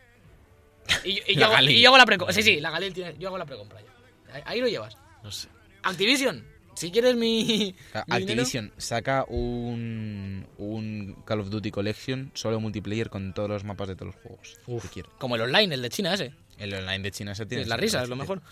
y, yo- y yo,
La
hago, y
Galil.
yo hago la precompra. Sí, sí, la Galil, tiene- yo hago la precompra ya. Ahí, ahí lo llevas.
No sé.
Activision, si quieres mi.
O sea,
mi dinero-
Ah, Activision saca un, un Call of Duty Collection solo multiplayer con todos los mapas de todos los juegos.
Uf.
que quiero.
Como el online, el de China ese.
El online de China se tiene.
Es la
ese
risa,
tipo
es lo
de-
mejor.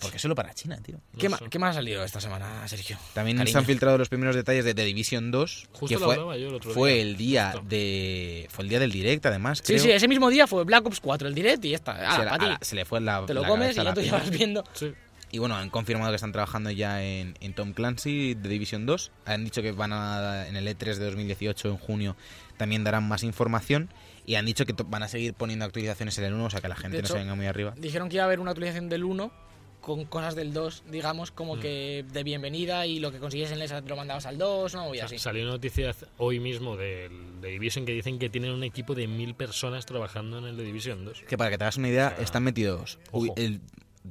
Porque solo para China, tío.
No
¿Qué, ma-
sé.
qué más ha salido esta semana, Sergio?
También
Cariño.
se han filtrado los primeros detalles de The Division 2,
Justo
que
lo
fue,
hablaba yo el otro
fue
día.
el día
Justo.
de fue el día del direct además,
Sí,
creo.
sí, ese mismo día fue Black Ops 4, el direct, y ya está.
se,
Ala,
la-
pa' ti.
ala, se le fue la
Te lo
la
comes
cabeza
y
a la
ya te
pizza.
llevas viendo.
Sí.
Y bueno, han confirmado que están trabajando ya en, en Tom Clancy de Division 2. Han dicho que van a, en el E3 de 2018, en junio, también darán más información. Y han dicho que to- van a seguir poniendo actualizaciones en el 1, o sea que la gente
De
no
hecho,
se venga muy arriba.
Dijeron que iba a haber una actualización del 1 con cosas del 2, digamos, como
Mm.
que de bienvenida y lo que consigues en esa te lo mandabas al 2, una movida
Sa-
así.
Salió noticia hoy mismo del de Division que dicen que tienen un equipo de mil personas trabajando en el de Division 2.
Que para que te hagas una idea,
sea,
están metidos. Ubi-
ojo.
el-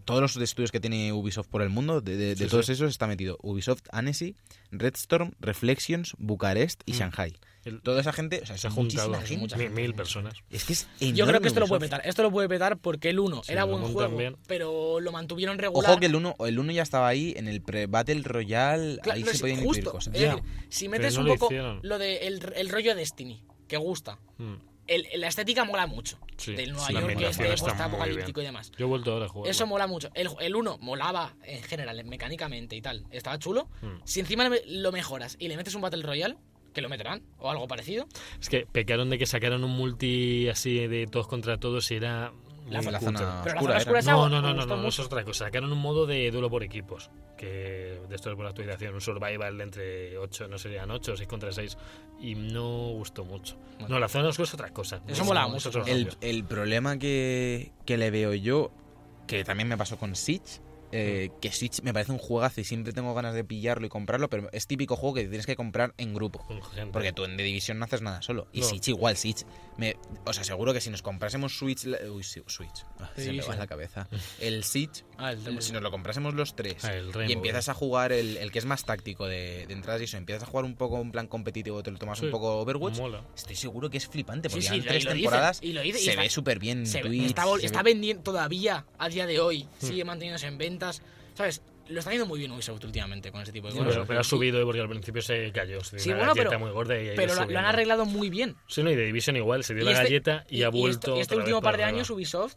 todos los estudios que tiene Ubisoft por el mundo, de, de- de
Sí,
todos
sí.
esos, está metido Ubisoft, Annecy, Redstorm, Reflections, Bucarest y Shanghai.
Mm. El-
Toda esa gente, o sea,
Se ha
es
juntado
muchísima gente.
mi- mil personas.
Es que es
Yo creo
enorme
que esto lo puede
Ubisoft.
petar. Esto lo puede petar porque el 1
Sí,
era
lo
buen
montan
juego,
bien.
pero lo mantuvieron regular.
Ojo que el 1 el uno ya estaba ahí en el pre-Battle Royale.
Cla-
ahí
no,
se
es-
podían incluir
justo,
cosas.
es
Ya,
decir, si metes
no
un
lo
poco
hicieron.
lo de el, el rollo Destiny, que gusta.
Mm.
El- la estética mola mucho.
Sí,
del Nueva
sí, la
York, este
ambientación está muy
apocalíptico y
bien.
demás.
Yo he vuelto ahora a Mm. jugar.
Eso mola mucho. El, el 1 molaba en general, mecánicamente y tal. Estaba chulo.
Mm.
Si encima le- lo mejoras y le metes un Battle Royale, que lo meterán, o algo parecido,
Es que pecaron de que sacaron un multi así de todos contra todos y era.
La
muy
zona
cutre.
oscura
Pero la zona
era.
oscura es
No, no,
algo que
no,
me
no,
gustó
no, eso
mucho.
es otra cosa. Sacaron un modo de duelo por equipos, que de esto es por actualización, un survival de entre 8, no serían 8, 6 contra 6, y no gustó mucho. No, la zona oscura es otra cosa.
Eso molaba
es
mucho.
otro
El,
rollo.
el problema que, que le veo yo, que también me pasó con Siege, eh,
Mm.
que Siege me parece un juegazo y siempre tengo ganas de pillarlo y comprarlo, pero es típico juego que tienes que comprar en grupo.
Con gente.
Porque tú en The Division no haces nada solo. Y
No.
Siege igual, Siege. Me, os aseguro que si nos comprásemos Switch... la- Uy, sí, Switch. Ah, se me va
Division.
la cabeza. El Siege,
Ah, el Rainbow
si nos lo comprásemos los tres
Ah, el
y
Rainbow,
empiezas a jugar el, el que es más táctico de, de entradas y eso, empiezas a jugar un poco en plan competitivo, te lo tomas
Sí,
un poco Overwatch,
mola.
estoy seguro que es flipante
Sí,
porque
sí,
llevan
y lo
tres
dicen,
temporadas
y lo dicen, y
se
está-
ve súper bien en
Se-
Twitch,
está, vol-
se
está
ve-
vendiendo todavía a día de hoy,
Hmm.
sigue manteniéndose en ventas. ¿Sabes? Lo está haciendo muy bien Ubisoft últimamente con ese tipo de
Pero,
cosas.
pero ha subido, eh, porque al principio se cayó. Se dio
Sí,
una
bueno,
galleta
pero-
muy gorda y ha ido
pero lo, lo han
subiendo.
arreglado muy bien.
Sí, no, y de Division igual, se dio
Y
la
este-
galleta y, ha
esto-
vuelto.
y este
otra vez
último
para
par de
arriba.
años Ubisoft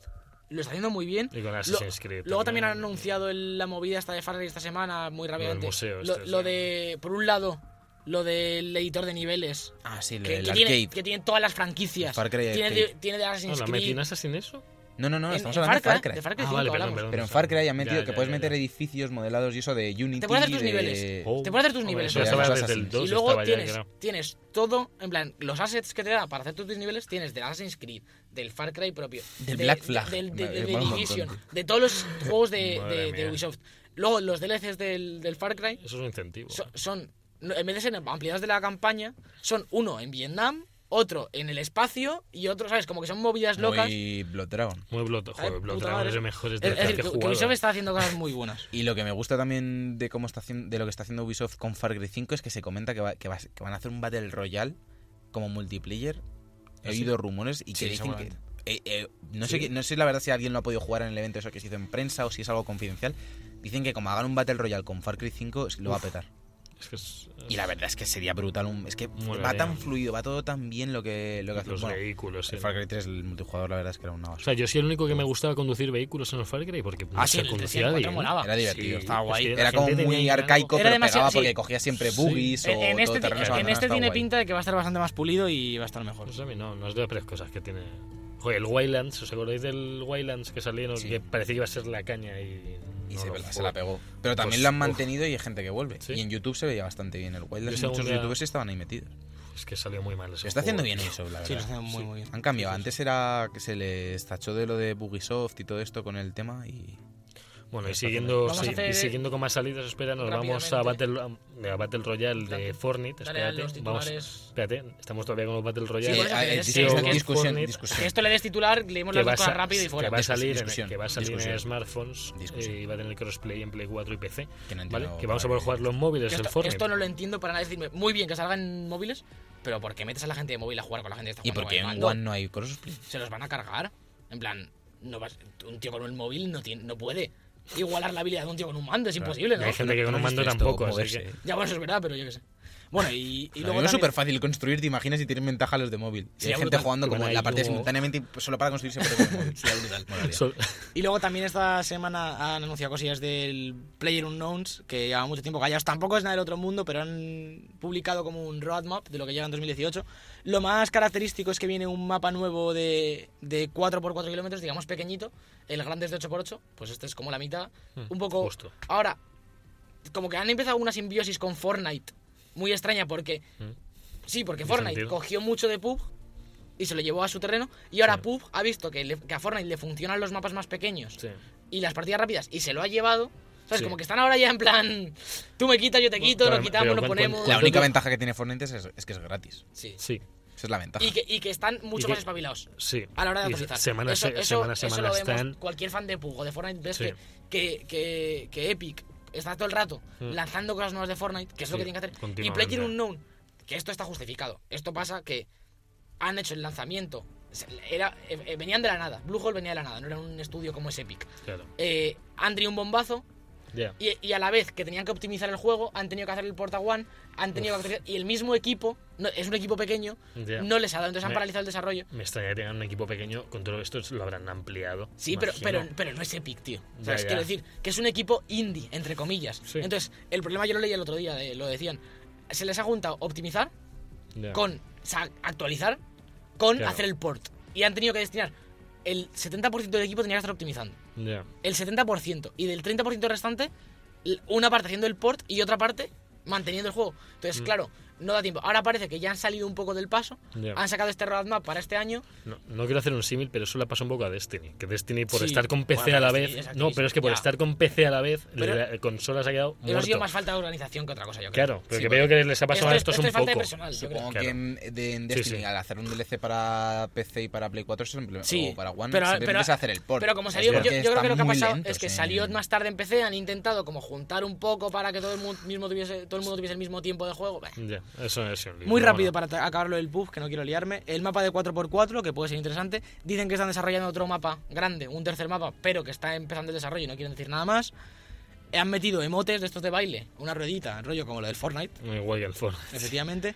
lo está haciendo muy bien.
Y con
Lo-
Assassin's Creed
Luego también
también.
han anunciado el- la movida esta de Far esta semana muy rápidamente.
museo
lo,
este,
lo
sí.
de, por un lado, lo del editor de niveles.
Ah, sí, lo
Que,
del
que
arcade.
tiene, que tiene todas las franquicias.
El Far Cry
tiene,
arcade.
de, tiene de
Ah,
Assassin's
¿La
Creed.
metinas sin eso?
No, no, no,
En-
estamos
en
hablando de Far Cry.
De Far Cry
Ah,
5
vale, perdón,
hablamos.
perdón.
Pero en Far Cry han metido
Ya,
que
ya,
puedes
ya,
meter
ya.
edificios, modelados y eso de Unity.
Te puedes hacer
y
tus
de-
niveles.
Oh,
Te puedes hacer tus
hombre,
niveles.
Eso ya
de
estaba
los
desde el
Assassins.
2.
y luego
estaba ya,
tienes,
creo.
tienes todo, en plan, los assets que te da para hacer tus niveles, tienes del Assassin's Creed, del Far Cry propio,
Del
de-
Black Flag.
del de,
Madre,
de
mola un
Division,
montón,
de todos los juegos de,
Madre
de, de
mía.
Ubisoft. Luego los DLCs del, del Far Cry
Eso es un incentivo.
so- son, no, en vez de ser ampliados de la campaña, son uno en Vietnam, otro en el espacio y otro, ¿sabes? Como que son movidas locas.
Muy Blood Dragon.
Muy Blood,
Ay,
joder, Blood
puta
Dragon
madre.
es de mejores
Es- es
DLCs
decir,
que he
que- que
jugado.
Ubisoft está haciendo cosas muy buenas.
Y lo que me gusta también de cómo está haciendo, de lo que está haciendo Ubisoft con Far Cry 5 es que se comenta que, va- que va- que van a hacer un Battle Royale como multiplayer. He
¿Ah, sí?
oído rumores y que
Sí,
dicen que.
seguramente.
eh, eh, no,
¿Sí?
sé, qué- no sé la verdad si alguien lo ha podido jugar en el evento eso que se hizo en prensa o si es algo confidencial. Dicen que como hagan un Battle Royale con Far Cry 5 es- lo va a petar.
Es que es-
Y la verdad es que sería brutal. un- es que
Muy
va
bien.
tan fluido, va todo tan bien lo que, lo que hace.
los
bueno,
vehículos.
el
sí.
Far Cry 3, el multijugador, la verdad es que era una
O
basura.
sea, yo soy el único que me gustaba conducir vehículos en el Far Cry porque no
Ah, sí,
se
el
conducía
304
bien.
molaba.
Era divertido,
Sí,
estaba guay.
es que la
Era como
gente
muy
tenía algo-
arcaico,
Era
pero
demasiado-
pegaba porque
sí.
cogía siempre
Sí.
buggies o
En, en este,
todoterrenos
en
abandonados,
este
estaba
tiene
guay.
pinta de que va a estar bastante más pulido y va a estar mejor.
No sé, a mí no, no es de las peores cosas que tiene. Joder, el Wildlands, ¿os acordáis del Wildlands que salieron?
Sí.
Que parecía que iba a ser la caña y.
Y
no
se,
lo
la,
fue.
se la pegó. Pero también
Pues,
lo han
uf.
mantenido y hay gente que vuelve.
Sí.
Y en YouTube se veía bastante bien el Wildlands.
Yo
y Muchos
según la-
youtubers estaban ahí metidos.
Es que salió muy mal. Ese
Se está haciendo
juego.
bien eso, la
Sí, lo
verdad.
hacen muy, muy bien.
Han cambiado. Antes era que se les tachó de lo de Bugisoft y todo esto con el tema. Y
Bueno, y
Está haciendo
siguiendo,
bien. Vamos a
sí,
hacer-
y siguiendo con más salidas, espera, nos vamos a
Rápidamente.
Battle, a Battle Royale de
Dale.
Fortnite.
Dale a
Espérate,
los
vamos.
titulares.
Espérate, estamos todavía con los Battle Royale.
Sí,
Eh,
bueno,
eh,
pero es que- es
discusión,
que-
discusión,
Fortnite-
Que
discusión.
esto le des titular, leemos las
que va,
dos cosas
a-
rápido y fuera.
que va a
Discus-
salir, en,
discusión,
que va a salir en
discusión.
smartphones
Discusión.
eh, y va a tener crossplay en Play 4 y PC.
Que
¿vale?
no entiendo
Que vamos a
para
poder
qué.
jugar los móviles
Que
el
esto,
Fortnite.
esto no lo entiendo para nada. Decirme, muy bien que salgan en móviles, pero ¿por qué metes a la gente de móvil a jugar con la gente que está
Y
jugando
porque
con el
en
mando?
One no hay crossplay.
Se los van a cargar. En plan, no vas- un tío con un móvil no, tiene, no puede igualar la habilidad de un tío con un mando. Es imposible,
Y hay
¿no?
gente que con
No
un
has
mando
visto
tampoco, así
moverse.
que.
Ya bueno, eso es verdad, pero yo qué sé. Bueno, y, y luego
Lo mismo es
también-
súper fácil construir, te imaginas, y tienen ventaja los de móvil. Y hay
Sería
gente
brutal.
jugando como
Bueno,
en la
ahí
partida
hubo-
simultáneamente y pues, solo para construirse pero con el móvil. Molaría.
Sol-
Y luego también esta semana han anunciado cosillas del Player Unknowns, que lleva mucho tiempo callados. Tampoco es nada del otro mundo, pero han publicado como un roadmap de lo que llega en 2018. Lo más característico es que viene un mapa nuevo de, de 4x4 kilómetros, digamos pequeñito. El grande es de 8x8, pues este es como la mitad. Un poco.
Hmm, justo.
Ahora, como que han empezado una simbiosis con Fortnite muy extraña porque. Sí, porque
Hmm. ¿Tiene
Fortnite
sentido?
cogió mucho de PUBG y se lo llevó a su terreno. Y ahora
Sí.
PUBG ha visto que, le- que a Fortnite le funcionan los mapas más pequeños
sí.
y las partidas rápidas y se lo ha llevado. ¿Sabes?
Sí.
Como que están ahora ya en plan. Tú me quitas, yo te quito,
claro,
nos quitamos,
pero
nos
cuan-
ponemos.
La
cuan-
única ventaja que tiene Fortnite es, es que es gratis.
Sí.
Sí,
Esa es la ventaja.
Y, que, y que están mucho
Y que-
más espabilados
sí.
a la hora de
Y
actualizar.
Semana,
eso,
se-
eso-
semana a
eso
semana
lo vemos.
están.
Cualquier fan de Pugo, de Fortnite, ves
Sí.
que, que, que, que Epic está todo el rato
Mm.
lanzando cosas nuevas de Fortnite, que es lo
Sí,
que tienen que hacer. Y
continuamente.
Player Unknown, que esto está justificado. Esto pasa que han hecho el lanzamiento. se- Era, eh, eh, venían de la nada. Bluehole venía de la nada, no era un estudio como es Epic.
Claro,
Eh, han tenido un bombazo,
ya.
y, y a la vez que tenían que optimizar el juego, han tenido que hacer el Porta One, han tenido que actualizar- Y el mismo equipo, no- es un equipo pequeño,
Ya.
no les ha dado. Entonces han
Me-
paralizado el desarrollo.
Me extrañaría que tengan un equipo pequeño. Con todo esto lo habrán ampliado.
Sí, pero,
imagino.
pero, pero no es Epic, tío.
Ya,
O sea, es
ya.
quiero decir que es un equipo indie, entre comillas.
Sí.
Entonces, el problema yo lo leí el otro día, de- lo decían. Se les ha juntado optimizar
Ya.
con sa- actualizar, con
Claro.
hacer el port. Y han tenido que destinar. El 70% del equipo tenía que estar optimizando.
Ya.
el 70% y del 30% restante l- una parte haciendo el port y otra parte manteniendo el juego. Entonces,
Mm.
claro, no da tiempo. Ahora parece que ya han salido un poco del paso,
Ya.
han sacado este roadmap para este año.
No, no quiero hacer un símil, pero eso le pasa un poco a Destiny. Que Destiny, por
Sí.
estar con PC
Bueno,
a la
Destiny
vez.
es Activision,
no, pero es que por
ya.
estar con PC a la vez,
Pero-
la consola se ha quedado.
Pero ha
Muerto.
sido más falta de organización que otra cosa, yo creo.
Claro, pero
Sí,
que
porque-
veo que les ha pasado a
Esto
estos
es- esto
un
es falta de
poco.
personal, yo creo.
Supongo
Claro.
que en, de- en
Sí,
Destiny,
sí.
al hacer un DLC para PC y para Play 4 siempre,
Sí,
o para One,
pero-
siempre
pero-
empieza a hacer el port.
Pero como
Es
salió, yo,
porque
yo creo que
están
lo que ha
muy
pasado
lentos
es que
en-
salió más tarde en PC, han intentado como juntar un poco para que todo el mundo, mismo tuviese, todo el, mundo tuviese el mismo tiempo de juego. Bah.
Ya, eso es un lío.
Muy
Pero
rápido
bueno,
para ta- acabarlo del pub, que no quiero liarme. El mapa de 4x4, que puede ser interesante. Dicen que están desarrollando otro mapa grande, un tercer mapa, pero que está empezando el desarrollo y no quieren decir nada más. Eh, Han metido emotes de estos de baile, una ruedita, rollo como lo del Fortnite,
Muy guay el Fortnite.
efectivamente.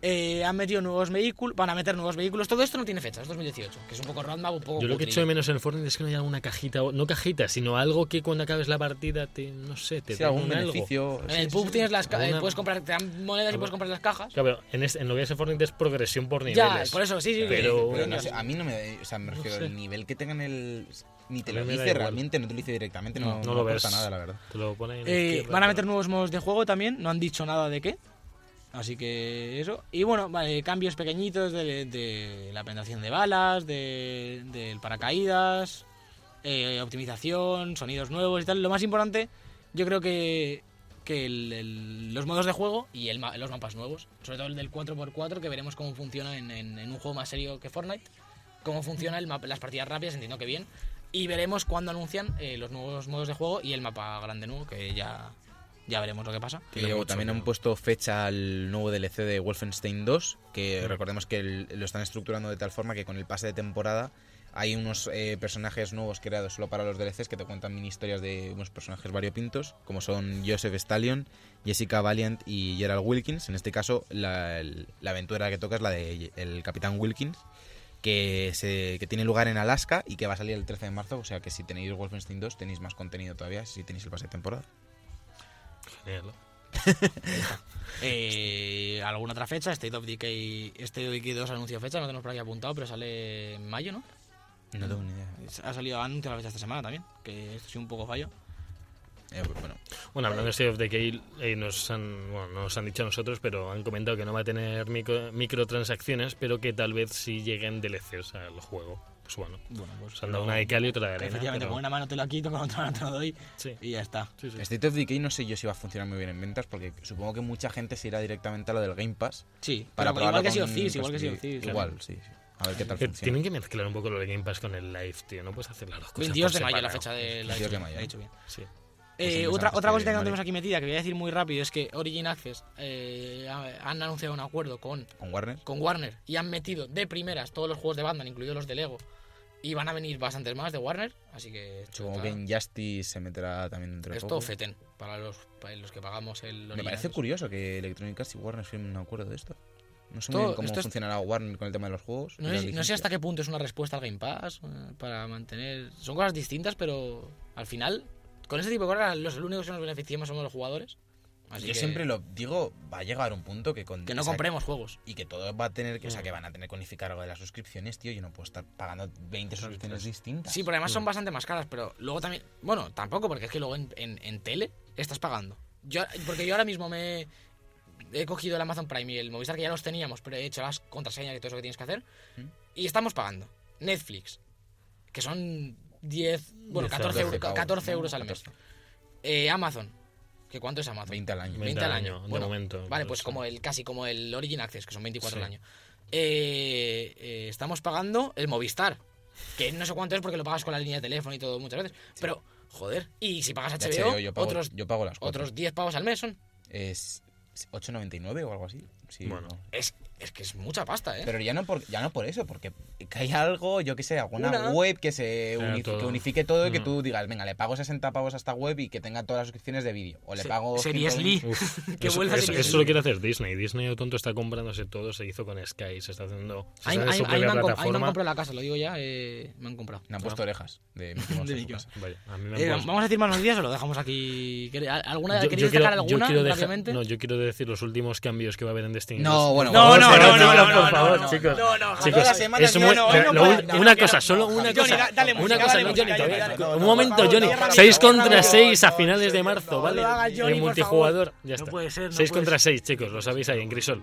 eh, han metido nuevos vehículos, van a meter nuevos vehículos. Todo esto no tiene fecha, es 2018, que es un poco roadmap, un poco.
Yo lo que
cutre.
echo de menos en el Fortnite es que no haya alguna cajita, o- no cajita, sino algo que cuando acabes la partida te, no sé, te
Sí,
da
algún
un algo.
beneficio.
En
sí,
el
sí,
pub
sí.
tienes las ca- eh,
Alguna-
puedes comprar, te dan monedas y puedes comprar las cajas.
Claro, pero en, este, en lo que es el Fortnite es progresión por
Ya,
niveles.
por eso, sí, sí.
Pero-
que-
Pero no sé, a mí no me da. O sea,
No
me refiero
sé.
el nivel que tengan el. Ni te
A
lo
mí me da
dice
igual.
realmente, no te lo dice directamente,
No,
no,
no
no
lo
aporta
ves.
nada, la verdad.
Te lo ponen en
Eh,
izquierda,
van a
pero-
meter nuevos modos de juego también, no han dicho nada de qué. Así que eso. Y bueno, vale, cambios pequeñitos de, de la penetración de balas, de- del paracaídas, eh, optimización, sonidos nuevos y tal. Lo más importante, yo creo que, que el- el- los modos de juego y el ma- los mapas nuevos, sobre todo el del 4x4, que veremos cómo funciona en, en- en un juego más serio que Fortnite, cómo funciona el mapa- las partidas rápidas, entiendo que bien. Y veremos cuándo anuncian eh, los nuevos modos de juego y el mapa grande nuevo, que ya, ya veremos lo que pasa.
Y luego Eh, también han puesto fecha al nuevo DLC de Wolfenstein 2, que recordemos que el- lo están estructurando de tal forma que con el pase de temporada hay unos eh, personajes nuevos creados solo para los DLCs que te cuentan mini historias de unos personajes variopintos, como son Joseph Stallion, Jessica Valiant y Gerald Wilkins. En este caso, la, el- la aventura que toca es la de el Capitán Wilkins, que, se, que tiene lugar en Alaska y que va a salir el 13 de marzo. O sea que si tenéis Wolfenstein 2 tenéis más contenido todavía si tenéis el pase de temporada.
Genial.
Eh, ¿Alguna otra fecha? State of Decay, State of Decay 2 anunció fecha, no tenemos por aquí apuntado, pero sale en mayo, ¿no?
No tengo ni idea.
Ha salido anuncio la fecha esta semana también, que esto ha sido un poco fallo.
Eh, pues bueno.
Bueno, hablando de State of Decay, eh, nos han, bueno, no nos han dicho a nosotros, pero han comentado que no va a tener micro- microtransacciones, pero que tal vez sí lleguen DLCs al juego. Pues bueno,
Bueno, pues
se han dado una de cal y otra de arena.
Efectivamente,
pero-
con una mano te lo quito, con otra mano te lo doy
Sí,
y ya está.
sí, sí.
State of Decay no sé yo si va a funcionar muy bien en ventas porque supongo que mucha gente se irá directamente a lo del Game Pass
Sí,
para
pero igual que ha sido
con
Thieves, igual que ha sido
perspectiva.
Thieves.
Igual, sí, sí. A ver qué tal
Que
funciona.
tienen que mezclar un poco lo de Game Pass con el live, tío. No puedes hacer las dos cosas.
22
por
de mayo la
separado.
fecha de la
22 Pues de mayo,
he
¿no?
dicho bien.
Sí.
Pues
Eh,
empezamos
otra,
este
otra cosita que no
Mario.
tenemos aquí metida, que voy a decir muy rápido, es que Origin Access eh, ha- han anunciado un acuerdo con,
Con Warner.
con Warner y han metido de primeras todos los juegos de Batman, incluidos los de Lego. Y van a venir bastantes más de Warner, así que esto,
Supongo que
está-
Injustice se meterá también dentro de
esto
poco.
feten para los, para los que pagamos el
Me
Origin
parece
Access.
curioso que Electronic Arts y Warner firmen un acuerdo de esto. No sé
Todo-
muy bien cómo
esto es-
funcionará Warner con el tema de los juegos. y
No, sé-
las
no sé
licencias.
hasta qué punto es una respuesta al Game Pass eh, para mantener. Son cosas distintas, pero al final, con este tipo de cosas, los únicos que nos beneficiamos somos los jugadores. Así
Yo
que,
siempre lo digo, va a llegar un punto que con
que no
o sea,
compremos Mm. juegos.
y que todo va a tener que, o sea, que van a tener que unificar algo de las suscripciones, tío. Yo no puedo estar pagando 20 suscripciones distintas.
Sí, pero además son bastante más caras, pero luego también. Bueno, tampoco, porque es que luego en, en- en tele estás pagando. Yo, porque yo ahora mismo me he cogido el Amazon Prime y el Movistar, que ya los teníamos, pero he hecho las contraseñas y todo eso que tienes que hacer. Y estamos pagando. Netflix, que son 10, bueno,
10
14,
euros.
euros, 14 euros al mes.
14.
Eh, Amazon, que ¿cuánto es Amazon?
20 al año.
20 al año, de
Bueno,
momento,
Vale,
no
pues
sé.
como el casi como el Origin Access, que son 24
Sí.
al año. Eh, eh, estamos pagando el Movistar, que no sé cuánto es porque lo pagas con la línea de teléfono y todo muchas veces. Pero, joder, y si pagas
De
HBO,
HBO, yo pago,
otros,
yo pago las cuatro.
otros 10 pavos al mes son.
Es 8.99 o algo así. Sí,
Bueno.
no.
Es, es que es mucha pasta, ¿eh?
Pero ya no, por, ya no por eso, porque que haya algo, yo qué sé, alguna
Una.
web que se
Claro,
uni-
todo.
que unifique todo y que
Mm.
tú digas, venga, le pago 60 pavos a esta web y que tenga todas las suscripciones de vídeo. O le
Se-
pago.
Series
120.
Lee. que
eso,
vuelva
eso-
Series
eso
Lee.
lo quiere hacer Disney. Disney, o tonto, está comprándose todo. Se hizo con Sky, se está haciendo. Se
Ahí
sale de
ahí-
su
ahí me
propia
han comp- ahí me han
plataforma.
comprado la casa, lo digo ya, eh, me han comprado.
Me han puesto orejas de Mickey Mouse en su casa.
Vaya, a mí me han
Eh,
puesto-
¿Vamos a decir más noticias o lo dejamos aquí? ¿Quere- a- ¿Alguna,
Yo-
¿Queréis
yo quiero-
destacar
yo
alguna
quiero dejar-
rápidamente?
No, yo quiero decir los últimos cambios que va a haber en Destiny.
No,
2.
bueno,
No, no,
bueno, vamos,
no,
chicos,
no,
por
no,
favor,
no,
chicos.
no, no,
Chicos,
Todas las semanas
es
yo
muy-
no,
pero
no
lo
puedo,
un-
no, no
una
quiero,
cosa, solo
no,
una
Javi.
cosa.
Johnny, da- dale
una
música,
cosa,
dale
no,
música,
Johnny,
Johnny,
todavía-
dale, no,
un
no,
momento,
por favor,
Johnny.
no, no,
6
no, no,
contra
no,
6 a
no,
finales de
no,
marzo,
no,
¿vale?
no lo hagas,
En multijugador, ya está.
puede ser, no
6
puede
contra 6, chicos, lo sabéis ahí en Grisol.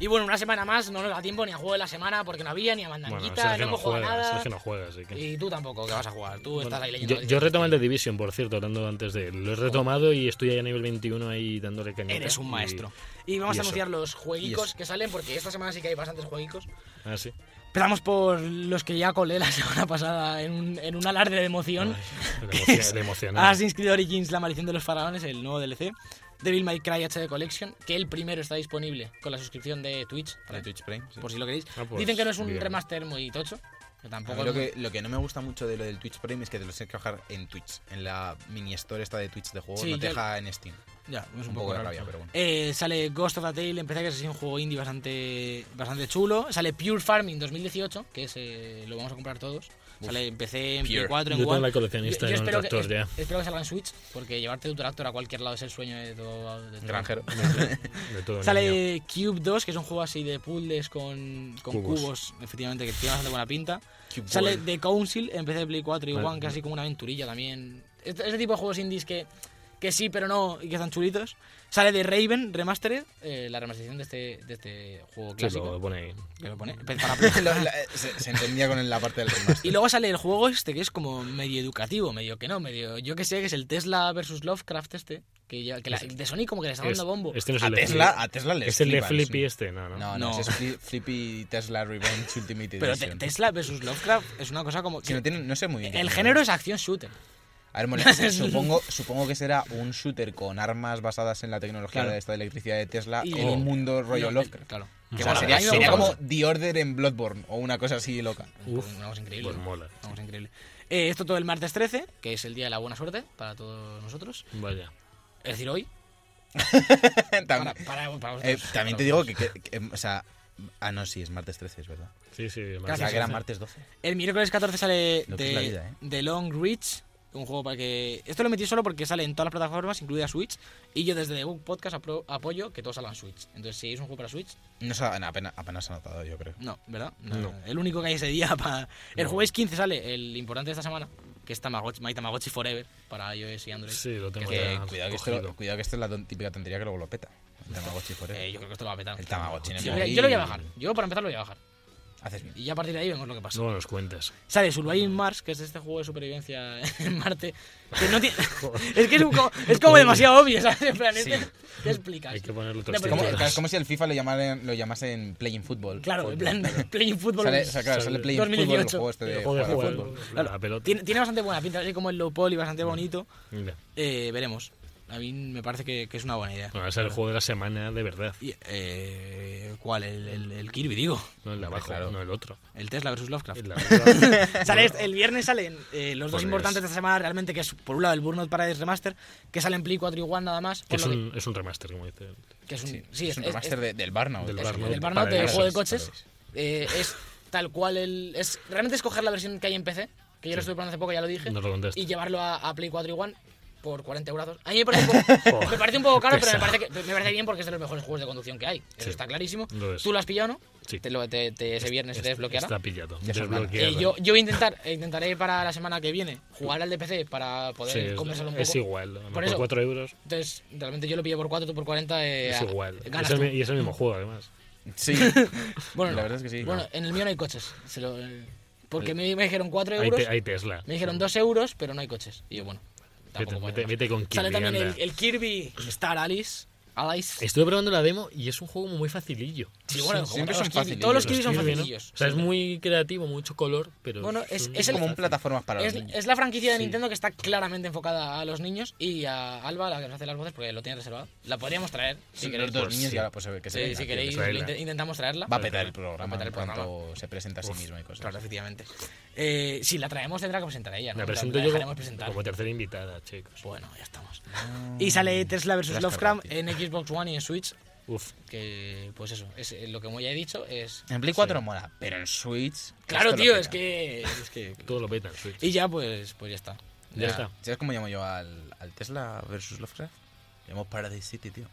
Y bueno, una semana más no nos da tiempo ni a juego de la semana porque no había, ni a
Bueno,
mandanguita,
Sergio
no
no
hemos jugado
juega,
nada.
Sergio no juega, así que...
Y tú tampoco, que vas a jugar. Tú estás ahí leyendo.
Yo, yo retomo el de Division, por cierto, hablando antes de él. Lo he retomado y estoy ahí a nivel 21 ahí dándole caña.
Eres un maestro. Y vamos
y
a
eso.
anunciar los
Y
jueguicos
eso.
que salen porque esta semana sí que hay bastantes jueguicos.
Ah, sí.
Empezamos por los que ya colé la semana pasada en un, en un alarde de emoción.
El emocio- el emocionado.
Assassin's Creed Origins, La maldición de los faraones, el nuevo DLC. Devil May Cry HD Collection, que el primero está disponible con la suscripción de Twitch,
Para Twitch Prime. sí.
por si lo queréis.
Ah, pues,
Dicen que no es un
bien.
remaster muy tocho, que
A
tampoco...
mí
es
lo,
muy-
que, lo que no me gusta mucho de lo del Twitch Prime es que te lo tienes que bajar en Twitch. En la mini store esta de Twitch de juegos
Sí,
no
yo-
te deja en Steam.
Ya,
Es un poco de
raro.
rabia, pero bueno.
Eh, sale Ghost of the Tale, empecé que es un juego indie bastante, bastante chulo. Sale Pure Farming 2018, que ese lo vamos a comprar todos. sale en PC, en
Pure.
Play 4, en
Yo tengo
One.
la coleccionista en un
espero, que,
tractor ya.
es- espero que salga en Switch, porque llevarte tu tractor a cualquier lado es el sueño de todo. de todo.
Granjero.
De todo niño.
Sale Cube 2, que es un juego así de puzzles con, con
Cubos.
cubos. efectivamente, que tiene bastante buena pinta.
Cube
Sale
World.
The Council en PC de Play 4 y
Vale.
One, que así como una aventurilla también. Este, este tipo de juegos indies que, que sí, pero no, y que están chulitos. Sale The Raven Remastered, eh, la remasterización de este, de este juego
Sí,
clásico.
lo pone ahí.
que lo pone pe- para Play.
Lo- la- se, se entendía con la parte del remaster.
Y luego sale el juego este que es como medio educativo, medio que no, medio. Yo que sé, que es el Tesla versus Lovecraft este. Que, ya, que la- de Sony como que le está
Es-
dando bombo.
Este no es
A
el de
Tesla, a Tesla le
Es el de
flipa,
Flippy
un-
este, no, no.
No,
No.
no, ese es Fli- Flippy Tesla Revenge Ultimate
Pero te-
Edition.
Tesla versus Lovecraft es una cosa como.
Si no, tiene- no sé muy bien. qué
El
tiene.
género es acción shooter.
A ver, mole, supongo, supongo que será un shooter con armas basadas en la tecnología
Claro.
de esta electricidad de Tesla
Y-
en
Oh.
un mundo rollo
No,
Lovecraft.
Claro.
O
Qué
sea,
mola,
sería,
a mí me
sería
gusta
como The Order en Bloodborne o una cosa así loca.
Uf,
una cosa increíble.
pues mola.
Una cosa increíble. Eh, esto todo el martes 13, que es el día de la buena suerte para todos nosotros.
Vaya.
Es decir, hoy. Para,
También,
para, para
eh,
vosotros. Para
también te digo
vosotros.
que, que- que, em, O sea. Ah, no, sí, es martes 13, es verdad.
Sí, sí. me
O sea,
parece.
que era martes 12.
El miércoles 14 sale
Lo que
de,
es la vida, ¿eh?
de Long Reach, un juego para que... Esto lo metí solo porque sale en todas las plataformas, incluida Switch, y yo desde The Book Podcast apro- apoyo que todos salgan Switch. Entonces, si es un juego para Switch,
No, se ha- no, apenas, apenas se ha notado, yo creo.
no, ¿verdad? No, El único que hay ese día para... El jueves 15 sale el importante de esta semana, que es Tamagotchi, My Tamagotchi Forever, para iOS y Android.
Sí, lo tengo
Que,
ya
cuidado, que esto,
cogido.
lo- cuidado que esto es la ton- típica tontería que luego lo peta. El Tamagotchi Forever.
Eh, yo creo que esto lo va a petar.
El Tamagotchi en el
Yo, lo-
móvil.
yo lo voy a bajar. Yo para empezar lo voy a bajar.
Haces bien.
Y ya a partir de ahí vemos lo que pasa.
No nos cuentas.
Sale Surviving Mars, que es este juego de supervivencia en Marte. Que no tiene... es que es, un co- es como demasiado obvio, ¿sabes? En plan, este te explicas.
Hay que ponerlo
pero
tostito.
¿Cómo-
sí,
claro, es como si el FIFA lo llamaran, lo llamasen Playing Football.
Claro, en plan, Playing Football.
Sale, o sea, claro, sale Playing Football, el
2018.
juego este de
Juego de
jugar al
jugar,
fútbol.
La pelota.
tiene, tiene bastante buena pinta, así como el low poly, bastante bonito.
Mira.
Eh, veremos. A mí me parece que, que es una buena idea.
Bueno, es el juego de la semana de verdad.
Y, eh, ¿Cuál? El, el- el Kirby, digo.
No el de abajo,
claro.
no el otro.
El Tesla versus Lovecraft.
El de abajo.
Sale este- el viernes salen eh, los dos
Pues
importantes
es-
de esta semana realmente, que es por un lado el Burnout Paradise Remaster, que sale en Play 4 y One nada más,
Que
por
es,
lo que-
un, es un remaster, como dice. él.
que es un,
Sí,
sí,
es, un
es-
remaster de- del Burnout.
del
Es-
Burnout.
del Burnout del
Paradise.
juego de
Paradise.
coches. eh, es tal cual el... Es realmente escoger la versión que hay en PC, que yo lo estuve probando hace poco, ya lo dije,
No lo contesto.
y llevarlo a, a Play 4 y One por 40 euros. A mí me parece un poco, me parece un poco caro, pero me
Pesado.
parece, que- me parece bien porque es de los mejores juegos de conducción que hay. Eso
Sí.
está clarísimo.
Lo es.
Tú lo has pillado, ¿no?
Sí.
Te lo- te- te- ese viernes te desbloqueará.
Este Está pillado.
Ya se habla.
desbloqueado.
Eh, yo, yo voy a intentar, eh, intentaré para la semana que viene jugar al de PC para
Sí,
poder
es,
compensarlo un poco.
es igual. a lo
Por
mejor
eso-
4 euros
Entonces, realmente yo lo pillé por 4, tú por 40. eh,
es
ah,
igual.
Ganas
Es el
tú.
mi- y es el mismo juego, además.
Sí,
Bueno,
la verdad es que sí.
bueno, en el mío no hay coches. se lo- eh, porque me, me dijeron 4
Hay,
euros,
te- hay Tesla.
me dijeron 2 euros, pero no hay coches. Y yo, bueno,
Vete,
tampoco puedo
vete-
hacer
vete con
más. Sale
Kirby,
también
anda.
el, el Kirby Star Alice. Alice.
Estuve probando la demo y es un juego muy facilillo.
Sí, bueno, el juego-
siempre
todos
son
los Kirby-
facilillos.
Todos los
Los
Kirby son
Kirby, ¿no?
facilillos.
O sea, es muy creativo, mucho color, pero...
Bueno,
un-
es
es
el-
como un plataformas para
Es,
los niños.
es la franquicia de
Sí.
Nintendo que está claramente enfocada a los niños y a Alba, la que nos hace las voces, porque lo tiene reservado. La podríamos traer, si
Sí,
queréis.
los dos
Pues
niños
sí.
y ahora pues se ve que se
Sí,
ve
si
aquí.
queréis,
traerla.
lo inte- intentamos traerla.
Va a petar el programa.
Va a petar el
en cuanto
programa.
se presenta a sí mismo y cosas.
Claro, efectivamente. Eh, si la traemos, tendrá que presentar ella. ¿no?
Me
La-
presento
la
yo
dejaremos
como,
presentar.
como tercera invitada, chicos.
Pues Bueno, ya estamos. Y sale Tesla vs.
Las
Lovecraft en
carretillas.
Xbox One y en Switch.
Uf,
Que, pues eso, es eh, lo que como ya he dicho es.
En Play 4 mola, pero en Switch.
Claro,
esto lo
tío,
peta.
es que, es que.
todo lo peta en Switch.
Y ya, pues, pues ya está.
Ya está.
¿Sabes cómo llamo yo al, al Tesla versus Lovecraft? Llamo Paradise City, tío.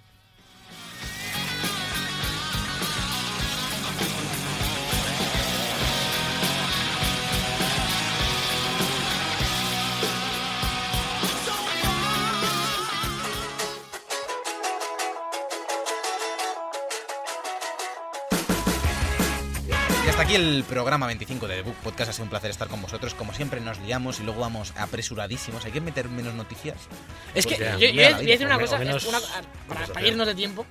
Hasta aquí el programa 25 de The Book Podcast. Ha sido un placer estar con vosotros. Como siempre, nos liamos y luego vamos apresuradísimos. Hay que meter menos noticias.
Es que
Porque
yo,
a
yo
mí
voy
me da
a
la vida,
decir una
por lo
cosa,
menos
es una- ah,
vamos
para,
a
para
hacer.
irnos de tiempo.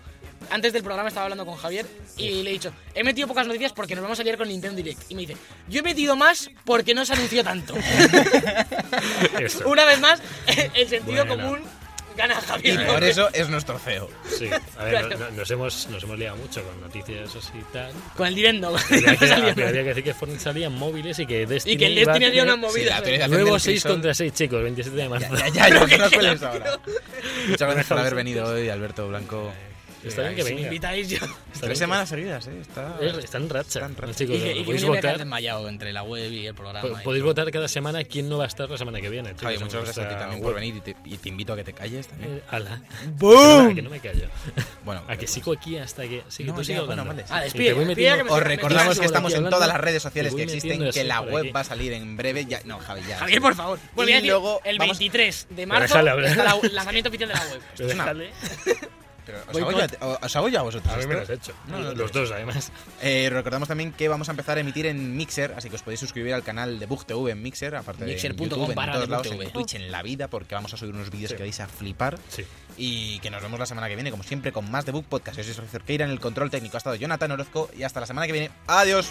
Antes del programa estaba hablando con Javier y le he dicho, he metido pocas noticias porque nos vamos a liar con Nintendo Direct. Y me dice, yo he metido más porque no se anunció tanto.
Eso,
una vez más, el sentido
Bueno.
común gana
Y
Javier.
por eso es nuestro E CEO.
sí. A ver, no- no- nos, hemos, nos hemos liado mucho con noticias así y tal.
Con el Direct no.
Pero había, que, había- había que decir que Fortnite salían móviles y que Destiny.
y que el
iba a
Destiny había
tener
una movida.
la teoría-
Nuevo
del
6
crisol.
contra 6, chicos, 27 de marzo.
Ya, ya, no, no cueles ahora. Muchas gracias por haber venido hoy, Alberto Blanco.
Está bien
Eh,
que
si me
venga.
invitáis yo.
Está bien
Tres
que-
semanas seguidas, ¿eh? Está...
Eh, Está en racha.
Está en racha.
Chicos,
Y que, y que
podéis
yo me voy a quedar
votar.
desmayado entre la web y el programa.
po-
y-
Podéis votar cada semana quién no va a estar la semana que viene. chicos,
Javi,
en
muchas gracias a ti
vuestra
también por
web.
venir y te, y te invito a que te calles también.
Eh, ala. ¡Boom! Que no me callo.
Bueno,
Eh, A que sigo aquí hasta que. Sí, que
No,
tú
ya,
sigue
bueno,
hablando.
vale.
Ah,
Y te
despide.
voy
despide,
metiendo-
que me-
Os
me-
recordamos
sí,
que estamos en
hablando.
todas las redes sociales
Te
que
voy metiendo
existen,
así
que la
por
web
aquí.
va a salir en breve. Ya... No, Javi, ya.
Javier, por favor. Bueno,
Y
voy a decir,
luego
el
vamos-
23 de
Pero
marzo
déjale hablar.
está el lanzamiento oficial de la web.
Pero
es una-
déjale.
Pero ¿os,
Voy
hago yo,
con-
a ti- o- os hago yo a vosotros.
A mí me
esto?
lo has hecho.
No, no,
Los
no.
dos, además.
Eh, recordamos también que vamos a empezar a emitir en Mixer, así que os podéis suscribir al canal de Bug TV en Mixer, aparte de en
Mixer.com
YouTube, en
barra
todos
de
lados,
Bug
en
TV.
Twitch, en la vida, porque vamos a subir unos vídeos
Sí.
que vais a flipar.
Sí.
Y que nos vemos la semana que viene, como siempre, con más de Book Podcast. Yo soy Sergio Cerqueira, en el control técnico ha estado Jonathan Orozco y hasta la semana que viene. ¡Adiós!